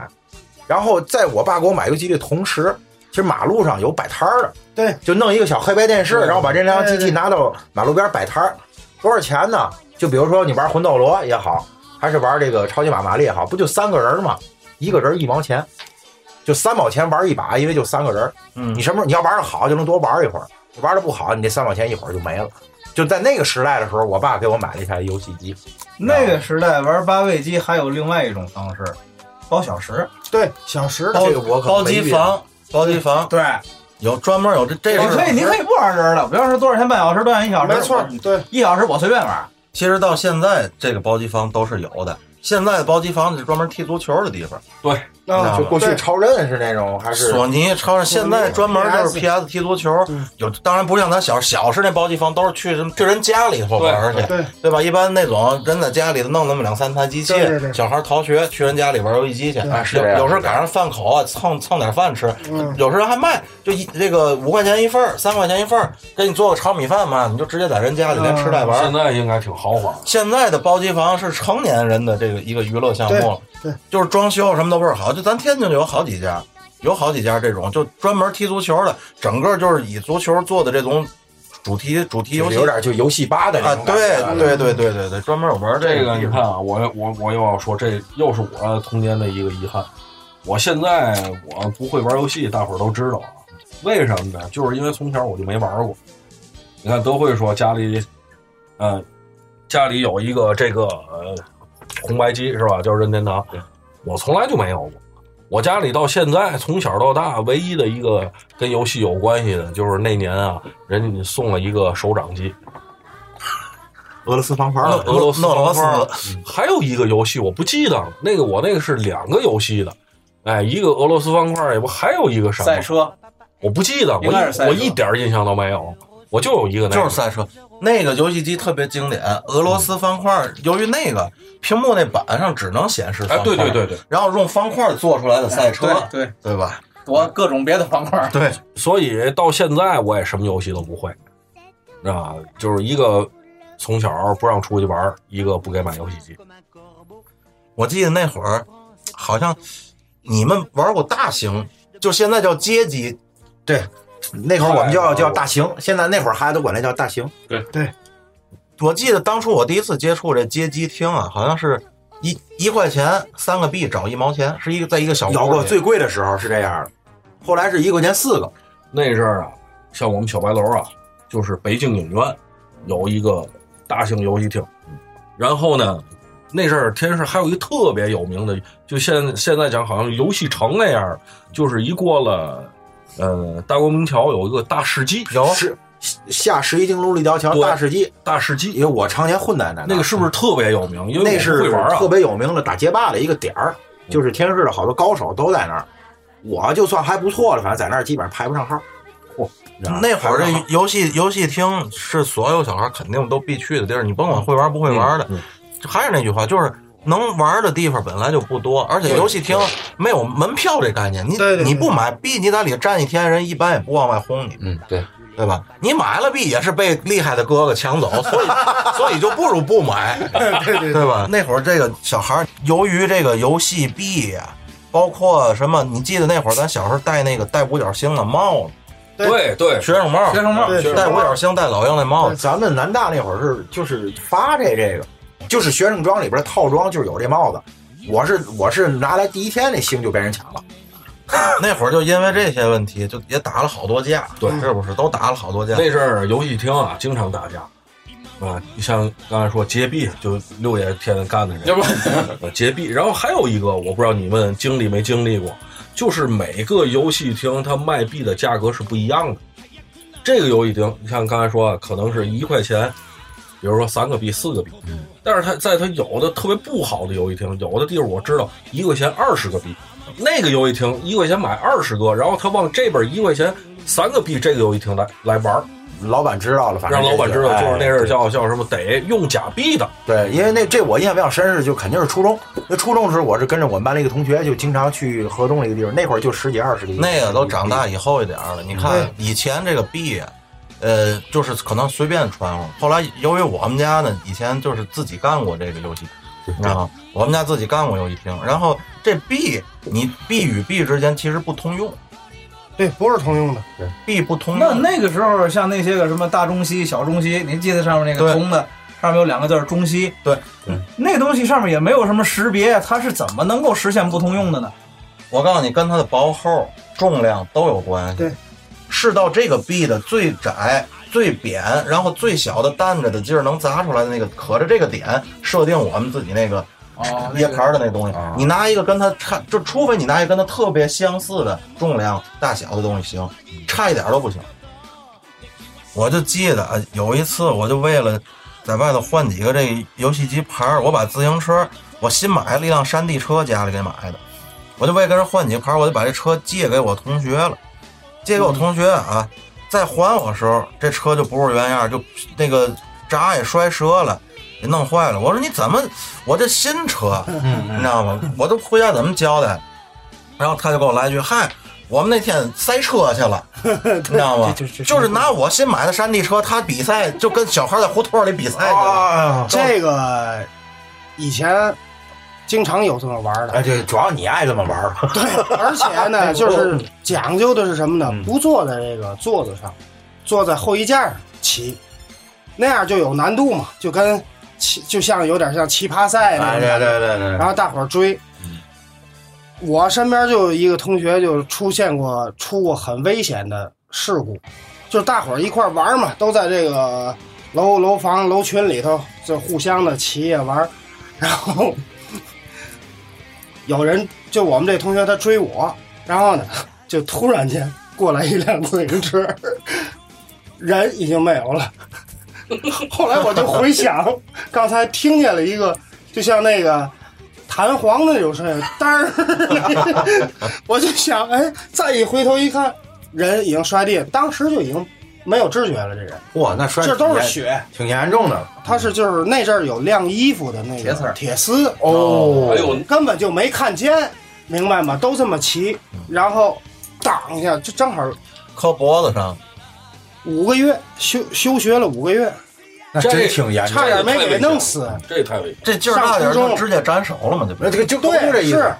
Speaker 7: 然后在我爸给我买游戏机的同时，其实马路上有摆摊儿的，
Speaker 4: 对，
Speaker 7: 就弄一个小黑白电视，
Speaker 4: 嗯
Speaker 7: 然后把这辆机
Speaker 4: 对对
Speaker 7: 器
Speaker 4: 对
Speaker 7: 拿到马路边摆摊儿，多少钱呢？就比如说你玩魂斗罗也好，还是玩这个超级玛玛丽也好，不就三个人吗？一个人一毛钱，就三毛钱玩一把，因为就三个人。
Speaker 2: 嗯
Speaker 7: 你什么时候你要玩的好，就能多玩一会儿；你玩的不好，你这三毛钱一会儿就没了。就在那个时代的时候，我爸给我买了一台游戏机，
Speaker 8: 那个时代玩八位机还有另外一种方式，包小时，
Speaker 7: 对，
Speaker 4: 小时
Speaker 7: 这个我可
Speaker 2: 包
Speaker 7: 没
Speaker 2: 机
Speaker 7: 遇到
Speaker 2: 房，包机房
Speaker 8: 对，
Speaker 2: 有专门有这这
Speaker 8: 你
Speaker 2: 是
Speaker 8: 可哦以，你可以不玩人了，不要说多少钱半小时，多少钱一小时，
Speaker 4: 没错，对，
Speaker 8: 一小时我随便玩。
Speaker 2: 其实到现在，这个包机房都是有的。现在的包机房是专门踢足球的地方，
Speaker 4: 那
Speaker 7: 就过去超任是那种还是
Speaker 2: 索尼超市现在专门就是 PS 踢足球
Speaker 4: 嗯，
Speaker 2: 有当然不像咱小小时候那包机房都是去什么去人家里头玩儿去，
Speaker 4: 对，
Speaker 2: 对吧？一般那种人在家里头弄那么两三台机器
Speaker 4: 对对，对
Speaker 2: 小孩逃学去人家里玩游戏机去，
Speaker 4: 对啊
Speaker 7: 是
Speaker 2: 有
Speaker 7: 这样
Speaker 2: 有时候赶上饭口啊，蹭蹭点饭吃，
Speaker 4: 嗯，
Speaker 2: 有时候还卖，就一这个五块钱一份儿，三块钱一份儿，给你做个炒米饭嘛，你就直接在人家里
Speaker 4: 嗯
Speaker 2: 连吃带玩儿
Speaker 5: 现。在应该挺豪华的。
Speaker 2: 现在的包机房是成年人的这个一个娱乐项目，
Speaker 4: 对对
Speaker 2: 就是装修什么都倍儿好。就咱天津就有好几家，有好几家这种就专门踢足球的，整个就是以足球做的这种主题主题游戏
Speaker 7: 有点就游戏吧的
Speaker 2: 啊
Speaker 7: 那，种感觉
Speaker 2: 对对对对对对，专门有玩
Speaker 5: 这个
Speaker 2: 地
Speaker 5: 你
Speaker 2: 方
Speaker 5: 看啊，我我我又要说，这又是我童年的一个遗憾。我现在我不会玩游戏，大伙儿都知道啊。为什么呢？就是因为从小我就没玩过。你看德惠说家里，呃，家里有一个这个呃红白机是吧？叫任天堂。我从来就没有过。我家里到现在从小到大唯一的一个跟游戏有关系的，就是那年啊，人家送了一个手掌机，
Speaker 7: 俄罗斯方块
Speaker 2: 俄
Speaker 7: 儿
Speaker 2: 俄罗斯
Speaker 5: 俄罗斯
Speaker 2: 方块儿
Speaker 5: 还有一个游戏我不记得了，那个我那个是两个游戏的，哎，一个俄罗斯方块儿，也不还有一个什么
Speaker 8: 赛？车，
Speaker 5: 我不记得，我
Speaker 8: 应该是
Speaker 5: 一
Speaker 8: 赛车
Speaker 5: 我一点印象都没有，我就有一个那个，
Speaker 2: 就是赛车。那个游戏机特别经典，俄罗斯方块儿，由于那个屏幕那板上只能显示方块
Speaker 5: 哎，
Speaker 2: 儿，
Speaker 5: 对对对对，
Speaker 2: 然后用方块儿做出来的赛车，
Speaker 8: 对对，
Speaker 2: 对吧？
Speaker 8: 我各种别的方块儿，
Speaker 2: 对，
Speaker 5: 所以到现在我也什么游戏都不会，啊，就是一个从小不让出去玩儿，一个不给买游戏机，
Speaker 2: 我记得那会儿好像你们玩过大型，就现在叫街机，
Speaker 7: 那会儿我们
Speaker 5: 哎
Speaker 7: 叫
Speaker 5: 呦
Speaker 7: 叫大型，现在那会儿孩子都管那叫大型。
Speaker 2: 我记得当初我第一次接触这街机厅啊，好像是一一块钱三个币找一毛钱，是一个在一个小
Speaker 7: 有
Speaker 2: 屋
Speaker 7: 过
Speaker 2: 里
Speaker 7: 嗯最贵的时候是这样的，后来是一块钱四个，
Speaker 5: 那阵儿啊，像我们小白楼啊，就是北京影院有一个大型游戏厅，然后呢，那阵儿天市还有一个特别有名的，就现现在讲好像游戏城那样儿，就是一过了呃大光明桥有一个大市集，有
Speaker 7: 是下十一经路立交桥
Speaker 5: 对
Speaker 7: 大世纪，
Speaker 5: 大市
Speaker 7: 因
Speaker 5: 集，
Speaker 7: 为我常年混在那儿
Speaker 5: 那个是不是特别有名？因为
Speaker 7: 那
Speaker 5: 我不
Speaker 7: 是
Speaker 5: 会玩啊嗯
Speaker 7: 特，别有名的打街霸的一个点儿，就是天津市的好多高手都在那儿。我就算还不错了，反正在那儿基本上排不上号。你知
Speaker 4: 啊
Speaker 7: 道吗
Speaker 2: 那会儿
Speaker 7: 排不上号
Speaker 2: 这游戏游戏厅是所有小孩肯定都必去的地儿，你甭管会玩不会玩的。
Speaker 4: 嗯
Speaker 2: 还是那句话，就是能玩的地方本来就不多，而且游戏厅没有门票这概念，你
Speaker 4: 对对对
Speaker 2: 你不买币，你在里站一天，人一般也不往外轰你，
Speaker 3: 嗯，对，
Speaker 2: 对吧？你买了币也是被厉害的哥哥抢走， 所以所以就不如不买，
Speaker 4: 对对对，
Speaker 2: 对吧？那会儿这个小孩儿，由于这个游戏币呀、包括什么，你记得那会儿咱小时候戴那个带五角星的帽子，
Speaker 5: 对对，
Speaker 2: 学生帽，
Speaker 8: 学 生帽
Speaker 4: 对
Speaker 2: 戴五角星，戴老鹰那帽子。
Speaker 7: 咱们南大那会儿是就是发这这个，就是学生装里边套装就是有这帽子。我是我是拿来第一天那星就被人抢了，
Speaker 2: 那会儿就因为这些问题，就也打了好多架，
Speaker 5: 对
Speaker 2: 是不是？都打了好多架。
Speaker 5: 那阵儿游戏厅啊经常打架。啊，你像刚才说劫币，就六 爷天天干的人，
Speaker 3: 要不
Speaker 5: 呃，劫币。然后还有一个，我不知道你们经历没经历过，就是每个游戏厅它卖币的价格是不一样的。这个游戏厅，你像刚才说，啊，可能是一块钱，比如说三个币、四个币，但是它在它有的特别不好的游戏厅，有的地方我知道一块钱二十个币，那个游戏厅一块钱买二十个，然后他往这边一块钱三个币这个游戏厅来来玩儿，
Speaker 7: 老板知道了，反正
Speaker 5: 让老板知道
Speaker 7: 哎
Speaker 5: 就是那阵儿叫叫什么得用假币的，
Speaker 7: 对，因为那这我印象比较深是就肯定是初中，那初中时我是跟着我们班的一个同学，就经常去河东那个地方，那会儿就十几二十个。
Speaker 2: 那个都长大以后一点儿了。你看
Speaker 4: 对
Speaker 2: 以前这个币，呃，就是可能随便穿乎。后来由于我们家呢，以前就是自己干过这个游戏，你知道吗？我们家自己干过游戏厅。然后这币，你币与币之间其实不通用，
Speaker 4: 对，不是通用的，
Speaker 2: 币不通
Speaker 8: 那
Speaker 2: 用。
Speaker 8: 那个时候，像那些个什么大中西、小中西，您记得上面那个
Speaker 2: 对
Speaker 8: 中的，上面有两个字儿中西。
Speaker 2: 对
Speaker 8: 嗯，那东西上面也没有什么识别，它是怎么能够实现不通用的呢？
Speaker 2: 我告诉你，跟它的薄厚、重量都有关系。
Speaker 4: 对，
Speaker 2: 是到这个币的最窄、最扁，然后最小的担着的劲儿能砸出来的那个，可着这个点设定我们自己那个
Speaker 8: 哦，
Speaker 2: 掖盘儿的那东西。你拿一个跟它差，就除非你拿一个跟它特别相似的重量、大小的东西行，差一点儿都不行。嗯我就记得啊有一次，我就为了在外头换几个这游戏机盘儿，我把自行车，我新买了一辆山地车，家里给买的，我就为跟人换几个盘儿，我就把这车借给我同学了，借给我同学啊，再还我时候，这车就不是原样儿，就那个闸也摔折了，也弄坏了。我说你怎么，我这新车，
Speaker 7: 嗯
Speaker 2: 你知道吗？我都回家怎么交代？然后他就给我来一句：“嗨，我们那天塞车去了，你知道 吗？
Speaker 4: 这这这
Speaker 2: 就是拿我新买的山地车，他比赛就跟小孩在胡同里比赛去了。
Speaker 7: 啊，
Speaker 4: 这个以前经常有这么玩的，
Speaker 7: 哎，对，主要你爱这么玩儿，
Speaker 4: 而 且呢，就是讲究的是什么呢？不坐在这个座子上，坐在后衣架上骑，那样就有难度嘛，就跟骑就像有点像奇葩赛那
Speaker 7: 哎，
Speaker 4: 种
Speaker 7: 对
Speaker 4: 感觉，
Speaker 7: 对对对，
Speaker 4: 然后大伙儿追。我身边就有一个同学就出现过出过很危险的事故，就是大伙儿一块儿玩儿嘛，都在这个楼楼房楼群里头就互相的骑呀玩儿，然后有人就我们这同学他追我，然后呢就突然间过来一辆自行车，人已经没有了。后来我就回想刚才听见了一个，就像那个弹簧的那种声音，当儿，我就想，哎，再一回头一看，人已经摔地，当时就已经没有知觉了。这人，
Speaker 7: 哇，那摔
Speaker 4: 这都是
Speaker 7: 挺
Speaker 4: 血，
Speaker 7: 挺严重的
Speaker 4: 他是就是那阵儿有晾衣服的那个
Speaker 8: 铁丝儿
Speaker 4: 铁丝，
Speaker 7: 哦
Speaker 6: 哎呦，
Speaker 4: 根本就没看见，明白吗？都这么齐，然后当一下，就正好
Speaker 2: 磕脖子上，
Speaker 4: 五个月休休学了五个月，
Speaker 7: 那真挺严重
Speaker 4: 差
Speaker 7: 的。
Speaker 4: 点没给弄死。
Speaker 5: 这太危险。
Speaker 2: 这劲儿大点儿
Speaker 4: 上初
Speaker 2: 就
Speaker 4: 中
Speaker 2: 直接斩首了嘛，对不对？
Speaker 7: 那这个就都是这
Speaker 4: 对，
Speaker 7: 意思
Speaker 4: 是。。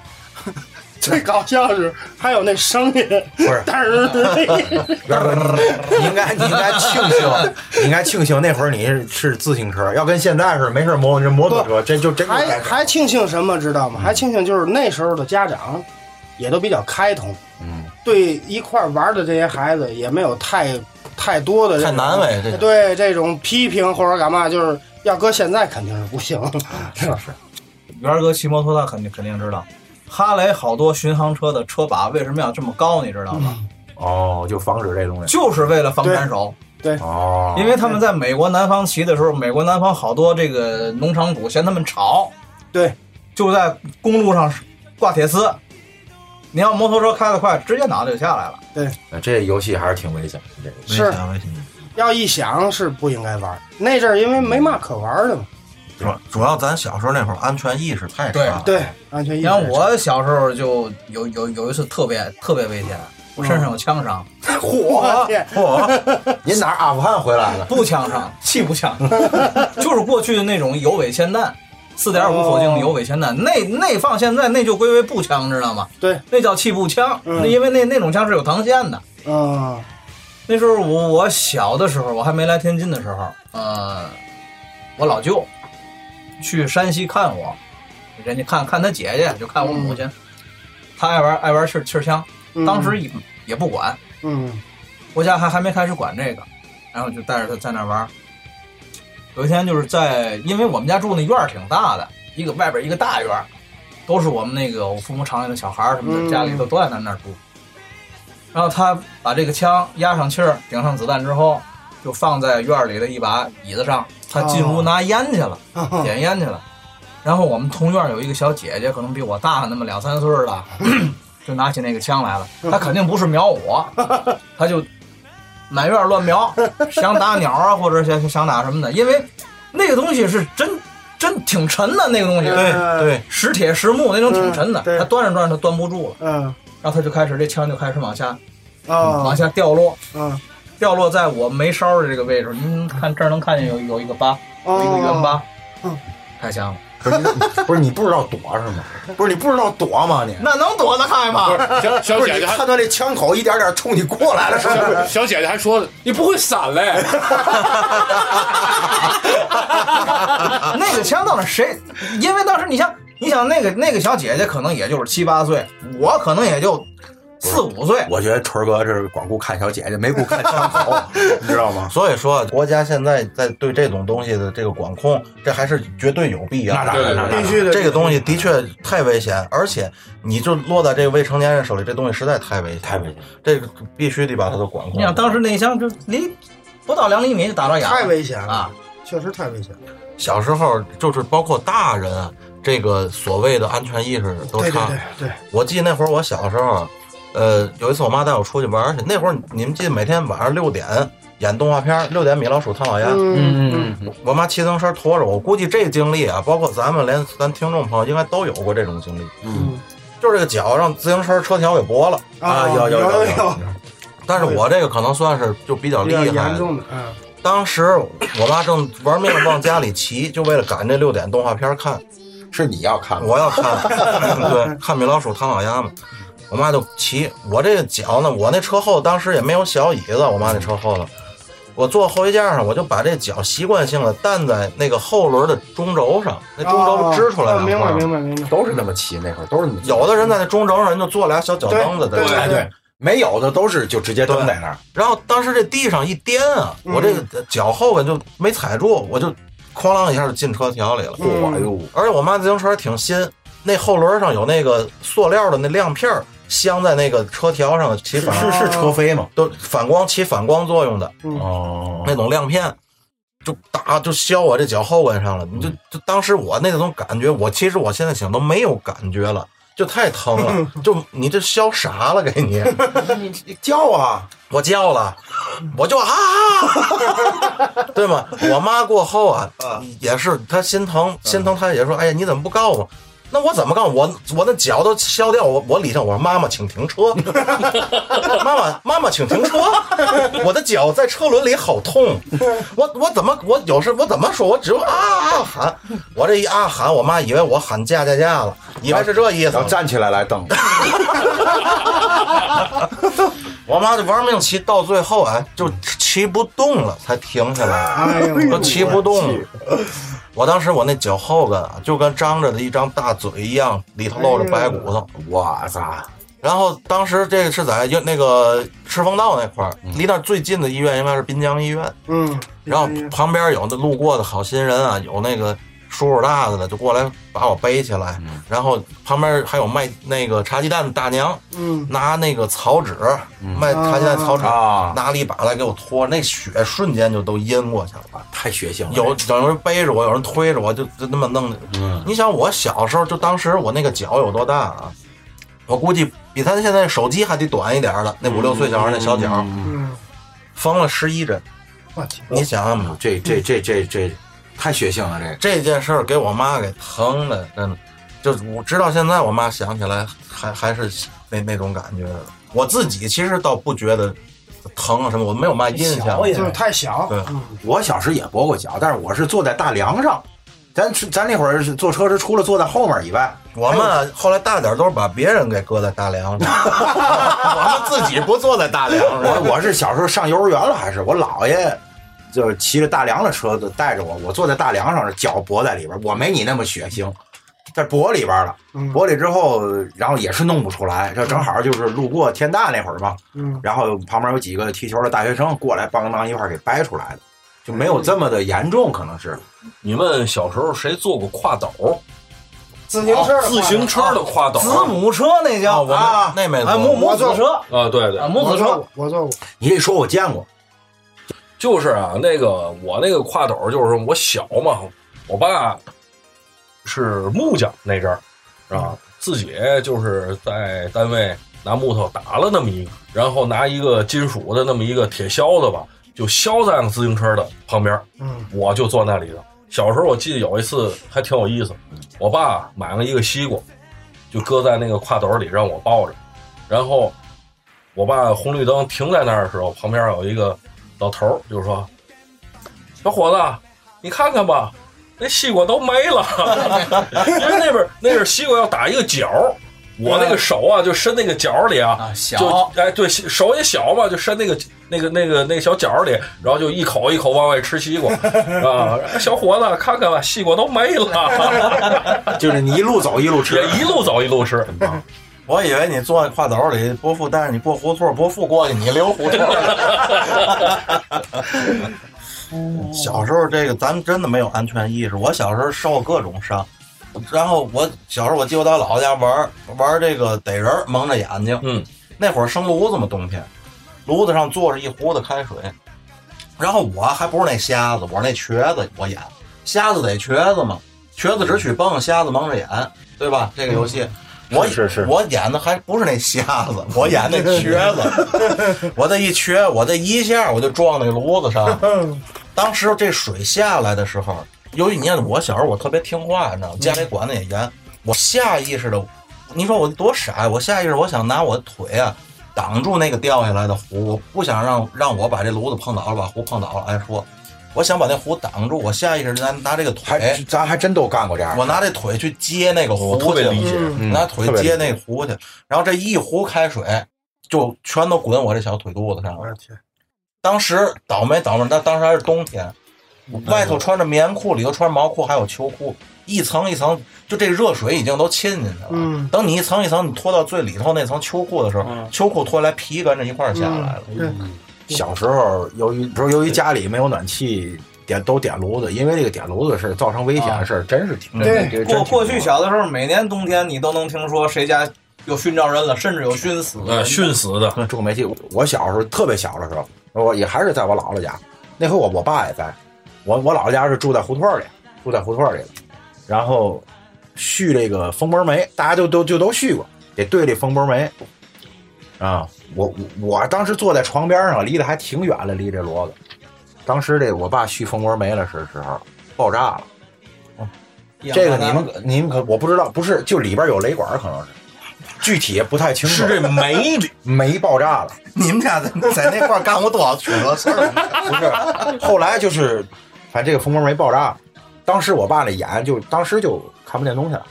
Speaker 4: 最搞笑是还有那声音，不
Speaker 7: 是
Speaker 4: 但是
Speaker 7: 元哥，你 你应该你应该庆幸，你应该庆幸那会儿你是是自行车，要跟现在似的，没事摩这摩托车，这就真就
Speaker 4: 还
Speaker 7: 该
Speaker 4: 还庆幸什么知道吗？还庆幸就是那时候的家长也都比较开通，嗯，对一块玩的这些孩子也没有太太多的这
Speaker 2: 太
Speaker 4: 种
Speaker 2: 难为这个。
Speaker 4: 对这种批评或者干嘛，就是要搁现在肯定是不行，是吧？
Speaker 8: 元儿哥骑摩托，他肯定肯定知道。哈雷好多巡航车的车把为什么要这么高，你知道吗？
Speaker 7: 哦，就防止这东西
Speaker 8: 就是为了防斩首，
Speaker 7: 哦，
Speaker 8: 因为他们在美国南方骑的时候，美国南方好多这个农场主嫌他们吵，
Speaker 4: 对，
Speaker 8: 就在公路上挂铁丝。你要摩托车开得快，直接脑袋就下来了。
Speaker 7: 呃这游戏还是挺危险的。这个
Speaker 4: 是
Speaker 2: 危险危险
Speaker 4: 要一想是不应该玩那阵儿，因为没嘛可玩的嘛，
Speaker 2: 主要主要咱小时候那会儿安全意识太差了。
Speaker 4: 对，安全意
Speaker 8: 你
Speaker 4: 识。
Speaker 8: 像 我小时候就有有有一次特别特别危险，我身上有枪伤，
Speaker 4: 我天，
Speaker 7: 您哪儿阿富汗回来的？
Speaker 8: 不枪伤，气不枪， 就是过去的那种有尾铅弹，四点五
Speaker 4: 哦
Speaker 8: 口径的有尾铅弹，那那放现在那就归为步枪，知道吗？
Speaker 4: 对，
Speaker 8: 那叫气步枪，
Speaker 4: 嗯
Speaker 8: 那因为那那种枪是有膛线的。
Speaker 4: 嗯，
Speaker 8: 那时候我我小的时候，我还没来天津的时候，呃，我老舅去山西看我，人家看看他姐姐，就看我母亲，他爱玩爱玩气气枪，
Speaker 4: 嗯
Speaker 8: 当时也也不管，
Speaker 4: 嗯
Speaker 8: 国家还还没开始管这个，然后就带着他在那儿玩儿。有一天就是在，因为我们家住那院儿挺大的，一个外边一个大院儿，
Speaker 2: 都是我们那个我父母厂里的小孩儿什么
Speaker 4: 嗯
Speaker 2: 的，家里都都在咱那儿住。然后他把这个枪压上气儿，顶上子弹之后，就放在院儿里的一把椅子上。他进屋拿烟去了，
Speaker 4: 嗯
Speaker 2: 点烟去了。然后我们同院儿有一个小姐姐，可能比我大那么两三岁儿 了，就拿起那个枪来了。她肯定不是瞄 我，她就满院儿乱瞄，想打鸟啊，或者想想打什么的，因为那个东西是真真挺沉的，那个东西
Speaker 8: 对对，
Speaker 2: 石铁石木那种挺沉的
Speaker 4: 嗯，对
Speaker 2: 他端着端着他端不住了，
Speaker 4: 嗯
Speaker 2: 然后他就开始这枪就开始往下
Speaker 4: 啊
Speaker 2: 往下掉落，
Speaker 4: 嗯，
Speaker 2: 掉落在我没梢的这个位置，您看这儿能看见有有一个疤，
Speaker 4: 哦
Speaker 2: 有一个圆疤，
Speaker 4: 嗯，
Speaker 2: 开枪了，
Speaker 7: 不是你不是你不知道躲是吗？不是你不知道躲吗？你
Speaker 2: 那能躲得开吗？
Speaker 3: 小小
Speaker 7: 不是
Speaker 3: 姐
Speaker 7: 你
Speaker 3: 姐还
Speaker 7: 看到这枪口一点点冲你过来了是不是？
Speaker 3: 小姐姐还说你不会闪嘞，
Speaker 2: 那个枪到底谁？因为当时你像你想那个那个小姐姐可能也就是七八岁，我可能也就四五岁，
Speaker 7: 我觉得春儿哥这是光顾看小姐姐，没顾看枪口， 你知道吗？
Speaker 8: 所以说国家现在在对这种东西的这个管控，这还是绝对有必要的。
Speaker 7: 那当然，那当然
Speaker 4: 必须的。
Speaker 8: 这个东西的确太危险，而且你就落在这个未成年人手里，这东西实在太危险，
Speaker 7: 太危险，
Speaker 8: 这个必须得把它都管控。
Speaker 2: 你想当时那一枪就离不到两厘米就打到眼
Speaker 4: 太
Speaker 2: 了
Speaker 4: 危险了，
Speaker 2: 啊，
Speaker 4: 确实太危险了。
Speaker 8: 小时候就是包括大人啊，这个所谓的安全意识都
Speaker 4: 对对
Speaker 8: 差。
Speaker 4: 对对，
Speaker 8: 我记得那会儿我小时候，呃，有一次我妈带我出去玩儿去，那会儿你们记得每天晚上六点演动画片儿，六点米老鼠唐老鸭，
Speaker 4: 嗯
Speaker 3: 嗯，
Speaker 8: 我妈骑自行车驮着我，我估计这经历啊，包括咱们连咱听众朋友应该都有过这种经历，
Speaker 4: 嗯
Speaker 8: 就是这个脚让自行车车条给拨了。
Speaker 4: 啊
Speaker 7: 有有
Speaker 4: 有
Speaker 7: 有
Speaker 4: 有
Speaker 8: 但是我这个可能算是就比较
Speaker 4: 比
Speaker 8: 厉
Speaker 4: 较
Speaker 8: 害
Speaker 4: 严
Speaker 8: 的，
Speaker 4: 重的，嗯
Speaker 8: 当时我妈正玩命往家里骑，就为了赶这六点动画片儿看，
Speaker 7: 是你要看吗？
Speaker 8: 我要看， 对，看米老鼠、唐老鸭嘛。我妈就骑我这个脚呢，我那车后当时也没有小椅子，我妈那车后头，我坐后备架上，我就把这脚习惯性的担在那个后轮的中轴上，那中轴支出来
Speaker 4: 啊
Speaker 8: 两
Speaker 4: 明
Speaker 8: 块儿
Speaker 4: 白
Speaker 8: 嘛
Speaker 4: 明白明白。
Speaker 7: 都是那么骑，那会儿都是那么骑
Speaker 8: 有的人在那中轴上人就做俩小脚蹬子，
Speaker 4: 对
Speaker 8: 吧
Speaker 7: 哎对，没有的都是就直接蹲
Speaker 8: 对
Speaker 7: 在那儿，
Speaker 8: 然后当时这地上一颠啊，
Speaker 7: 嗯
Speaker 8: 我这个脚后跟就没踩住，我就哐啷一下就进车条里了。
Speaker 4: 嗯
Speaker 7: 哎呦，
Speaker 8: 而且我妈自行车挺新，那后轮上有那个塑料的那亮片儿镶在那个车条上，起反
Speaker 7: 是是车飞吗？
Speaker 8: 都反光起反光作用的
Speaker 7: 哦
Speaker 8: 那种亮片，就打就削我这脚后跟上了。
Speaker 7: 嗯
Speaker 8: 你就就当时我那种感觉，我其实我现在想都没有感觉了。就太疼 了，就你这削啥了给你？
Speaker 7: 叫啊，
Speaker 8: 我叫了，我就啊， 对吗？我妈过后啊，也是她心疼，心疼她也说，哎呀，你怎么不告我？那我怎么告？我我那脚都削掉，我我理上我说妈妈，请停车， 妈妈妈妈，请停车， 我的脚在车轮里好痛，我我怎么我有时我怎么说？我只有啊啊喊，我这一啊喊，我妈以为我喊架架架了，以为是这意思
Speaker 7: 然后。站起来来蹬，
Speaker 8: 我妈就玩命骑，到最后啊，就骑不动了，才停下来，
Speaker 4: 哎呦，
Speaker 8: 都骑不动了。我当时我那脚后跟啊，就跟张着的一张大嘴一样，里头露着白骨头。
Speaker 7: 哇塞，
Speaker 8: 然后当时这个是在英那个赤峰道那块儿，离那儿最近的医院应该是滨江医院。
Speaker 4: 嗯，
Speaker 8: 然后旁边有那路过的好心人啊，有那个叔叔大的的就过来把我背起来，然后旁边还有卖那个茶鸡蛋的大娘，
Speaker 4: 嗯
Speaker 8: 拿那个草纸卖茶鸡蛋草纸
Speaker 7: 啊，
Speaker 8: 拿了一把来给我拖，那血瞬间就都阴过去了。
Speaker 7: 太血腥了，
Speaker 8: 有有人背着我，有人推着我，就就那么弄的。你想我小时候，就当时我那个脚有多大啊？我估计比他现在手机还得短一点儿的，那五六岁小孩那小脚，
Speaker 4: 嗯，
Speaker 8: 缝了十一针。
Speaker 4: 我去，
Speaker 8: 你想想吧，
Speaker 7: 这这这这这太血腥了，这个
Speaker 8: 嗯这件事儿给我妈给疼的，真的，就是我直到现在，我妈想起来还还是那那种感觉。我自己其实倒不觉得疼啊什么，我没有嘛印象
Speaker 2: 小。也
Speaker 4: 就是太小，
Speaker 8: 对
Speaker 4: 嗯
Speaker 7: 我小时也跛过脚，但是我是坐在大梁上，咱咱那会儿是坐车是除了坐在后面以外，
Speaker 8: 我们啊后来大点儿都是把别人给搁在大梁 上，我们自己不坐在大梁上。
Speaker 7: 我我是小时候上幼儿园了，还是我姥爷就是骑着大梁的车子带着我，我坐在大梁上，脚脖在里边，我没你那么血腥，在脖里边了，
Speaker 4: 嗯
Speaker 7: 脖里之后，然后也是弄不出来，这正好就是路过天大那会儿嘛，
Speaker 4: 嗯，
Speaker 7: 然后旁边有几个踢球的大学生过来，帮当一块儿给掰出来的，就没有这么的严重，可能是
Speaker 5: 你们小时候谁做过跨斗？
Speaker 4: 自行车的话
Speaker 5: 自行车的跨岛
Speaker 8: 子母车那
Speaker 2: 啊，
Speaker 8: 叫
Speaker 2: 我们
Speaker 7: 啊
Speaker 2: 那没
Speaker 8: 哎母母子车
Speaker 5: 啊，对对
Speaker 8: 啊，母
Speaker 4: 我
Speaker 8: 子
Speaker 4: 坐
Speaker 8: 车
Speaker 4: 过，我坐过，
Speaker 7: 你这说我见过，
Speaker 5: 就是啊，那个我那个跨斗就是我小嘛，我爸是木匠那阵儿啊，自己就是在单位拿木头打了那么一个，然后拿一个金属的那么一个铁销子吧，就削在了自行车的旁边。
Speaker 4: 嗯，
Speaker 5: 我就坐那里头。小时候我记得有一次还挺有意思，我爸买了一个西瓜，就搁在那个挎斗里让我抱着，然后我爸红绿灯停在那儿的时候，旁边有一个老头儿就说：“小伙子，你看看吧，那西瓜都没了， 因为那边那是西瓜要打一个角儿，我那个手啊就伸那个角儿里啊
Speaker 8: 啊，
Speaker 5: 就
Speaker 8: 小
Speaker 5: 哎对，手也小嘛，就伸那个那个那个那个小角里，然后就一口一口往外吃西瓜啊，小伙子看看吧，西瓜都没了，
Speaker 7: 就是你一路走一路吃
Speaker 5: 也。一路走一路吃，
Speaker 2: 我以为你坐在挎斗里，伯父带着你过胡同，伯父过去你留胡同。小时候这个咱们真的没有安全意识，我小时候受各种伤，然后我小时候我记得我到姥姥家玩儿玩儿这个逮人儿，蒙着眼睛，
Speaker 5: 嗯，
Speaker 2: 那会儿生炉子嘛，冬天，炉子上坐着一壶子开水，然后我还不是那瞎子，我是那瘸子，我演瞎子逮瘸子嘛，瘸子只许蹦，瞎子蒙着眼，对吧？这个游戏。我
Speaker 9: 是是
Speaker 2: 我演的还不是那瞎子，我演 那瘸子。我这一瘸，我这一下我就撞那炉子上。当时这水下来的时候，由于你看我小时候我特别听话，你知道吗？家里管的也严，我下意识的，你说我多傻呀！我下意识我想拿我的腿啊挡住那个掉下来的壶，我不想让让我把这炉子碰倒了，把壶碰倒了。哎说，我想把那壶挡住，我下意识地拿拿这个
Speaker 7: 还、
Speaker 2: 腿，
Speaker 7: 咱还真都干过这样的，
Speaker 2: 我拿这腿去接那个壶
Speaker 5: 我
Speaker 2: 去，
Speaker 5: 特别理解，
Speaker 7: 嗯
Speaker 2: 拿腿接那壶去，然后这一壶开水就全都滚我这小腿肚子上
Speaker 4: 我
Speaker 2: 了。
Speaker 4: 的天，
Speaker 2: 当时倒霉倒霉，那当时还是冬天，
Speaker 8: 嗯
Speaker 2: 外头穿着棉裤，里头穿毛裤，还有秋裤，一层一层，就这热水已经都浸进去了。
Speaker 4: 嗯
Speaker 2: 等你一层一层你脱到最里头那层秋裤的时候，
Speaker 8: 嗯
Speaker 2: 秋裤脱下来皮跟着一块儿下来了。
Speaker 4: 对，
Speaker 7: 小时候，由于不是由于家里没有暖气，点都点炉子，因为这个点炉子的事儿造成危险的事儿，真是挺
Speaker 4: 对
Speaker 7: 这
Speaker 8: 过
Speaker 7: 真挺
Speaker 8: 过去小的时候，每年冬天你都能听说谁家有熏着人了，甚至有熏死
Speaker 5: 呃，
Speaker 8: 的。
Speaker 5: 熏死的，
Speaker 7: 住煤气。我我小时候特别小的时候，我也还是在我姥姥家，那回我我爸也在，我我姥姥家是住在胡同里，住在胡同里了，然后续这个蜂窝煤，大家就都就都续过，得对这蜂窝煤啊。我我我当时坐在床边上，离得还挺远了，离这骡子。当时这我爸续蜂窝煤了是时候，爆炸了。这个你们可你们可我不知道，不是就里边有雷管，可能是，具体也不太清楚。
Speaker 5: 是这煤里
Speaker 7: 煤爆炸了，
Speaker 2: 你们家在在那块儿干过多少曲子事儿？
Speaker 7: 不是。 后来就是，反正这个蜂窝煤爆炸了，当时我爸那眼就当时就看不见东西了，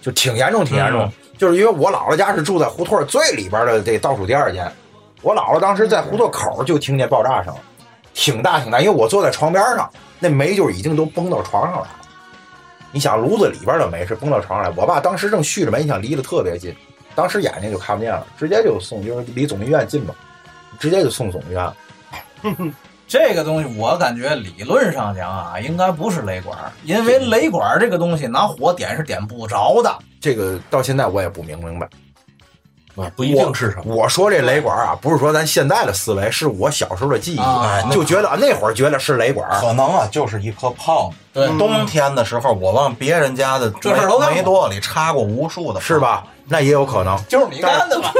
Speaker 7: 就挺严重，挺严重。就是因为我姥姥家是住在胡同最里边的这倒数第二间，我姥姥当时在胡同口就听见爆炸声，挺大挺大，因为我坐在床边上，那煤就已经都崩到床上来了。你想炉子里边的煤是崩到床上来，我爸当时正蓄着煤，你想离得特别近，当时眼睛就看不见了，直接就送，就是离总医院近嘛，直接就送总医院了。
Speaker 8: 这个东西，我感觉理论上讲啊，应该不是雷管儿，因为雷管儿这个东西拿火点是点不着的。
Speaker 7: 这个到现在我也不明明白。
Speaker 5: 啊，不一定是什么。
Speaker 7: 我说这雷管啊，不是说咱现在的思维，是我小时候的记忆，哎
Speaker 8: 啊
Speaker 7: 就觉得那会儿觉得是雷管。
Speaker 2: 可能啊，就是一颗泡。
Speaker 8: 对
Speaker 2: 冬天的时候，我往别人家的
Speaker 8: 这事儿都干过
Speaker 2: 煤垛里插过无数的，
Speaker 7: 是？吧？那也有可能，
Speaker 8: 就是你干的吧？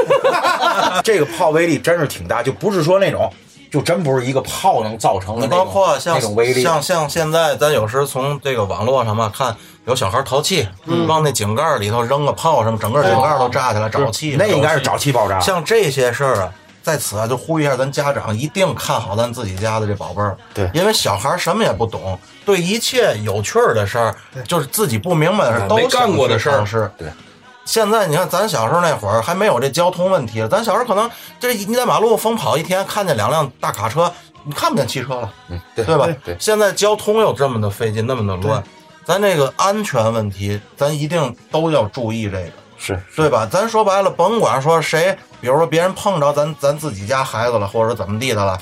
Speaker 7: 这个炮威力真是挺大，就不是说那种，就真不是一个炮能造成的
Speaker 2: 你
Speaker 7: 那
Speaker 2: 包
Speaker 7: 种
Speaker 2: 括像
Speaker 7: 那种威力。
Speaker 2: 像像现在，咱有时从这个网络上嘛看，有小孩淘气，往那井盖里头扔个炮什么，整个井盖都炸起来，沼气。
Speaker 7: 那应嗯该是
Speaker 2: 沼
Speaker 7: 沼气爆炸
Speaker 2: 气。，像这些事儿啊，在此啊，就呼吁一下咱家长，一定看好咱自己家的这宝贝儿。
Speaker 7: 对
Speaker 2: 因为小孩什么也不懂，对一切有趣儿的事儿，就是自己不明白的事儿，都
Speaker 5: 没干过的事儿
Speaker 2: 是。
Speaker 7: 对。
Speaker 2: 现在你看，咱小时候那会儿还没有这交通问题，咱小时候可能这你在马路疯跑一天，看见两辆大卡车，你看不见汽车了。
Speaker 7: 嗯，对
Speaker 2: 对吧？
Speaker 7: 对，
Speaker 2: 现在交通又这么的费劲，那么的乱，咱这个安全问题，咱一定都要注意这个，
Speaker 7: 是
Speaker 2: 对吧？咱说白了，甭管说谁，比如说别人碰着咱咱自己家孩子了，或者怎么地的了，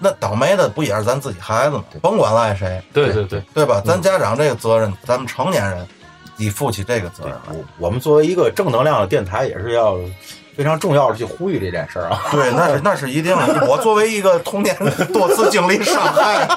Speaker 2: 那倒霉的不也是咱自己孩子吗？甭管赖谁，
Speaker 5: 对对对，
Speaker 7: 嗯
Speaker 2: 对吧？咱家长这个责任，咱们成年人
Speaker 7: 你负起这个责任来。我们作为一个正能量的电台，也是要非常重要的去呼吁这件事儿啊。
Speaker 8: 对， 那是那是一定的。我作为一个童年多次经历伤 害，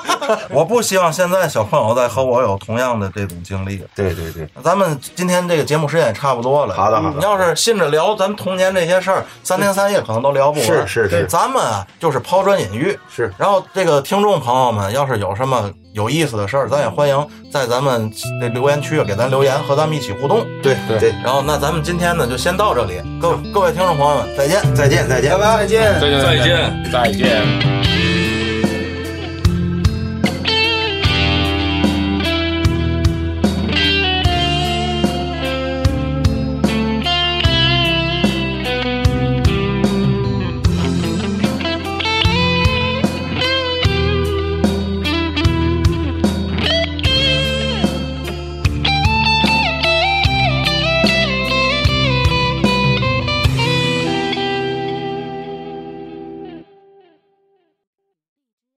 Speaker 8: 我不希望现在小朋友在和我有同样的这种经历。
Speaker 7: 对对对，
Speaker 8: 咱们今天这个节目时间也差不多了。
Speaker 7: 好的好的
Speaker 8: 你要是信着聊咱们童年这些事儿，三天三夜可能都聊不完。
Speaker 7: 是是是
Speaker 8: 咱们啊就是抛砖引玉。
Speaker 7: 是，
Speaker 8: 然后这个听众朋友们，要是有什么有意思的事儿，咱也欢迎在咱们这留言区给咱留言，和咱们一起互动。
Speaker 7: 对
Speaker 5: 对
Speaker 7: 对，
Speaker 8: 然后那咱们今天呢就先到这里，各各位听众朋友们，再见。
Speaker 7: 再见再见，拜拜，再见
Speaker 5: 再见
Speaker 10: 再见。
Speaker 5: 再见。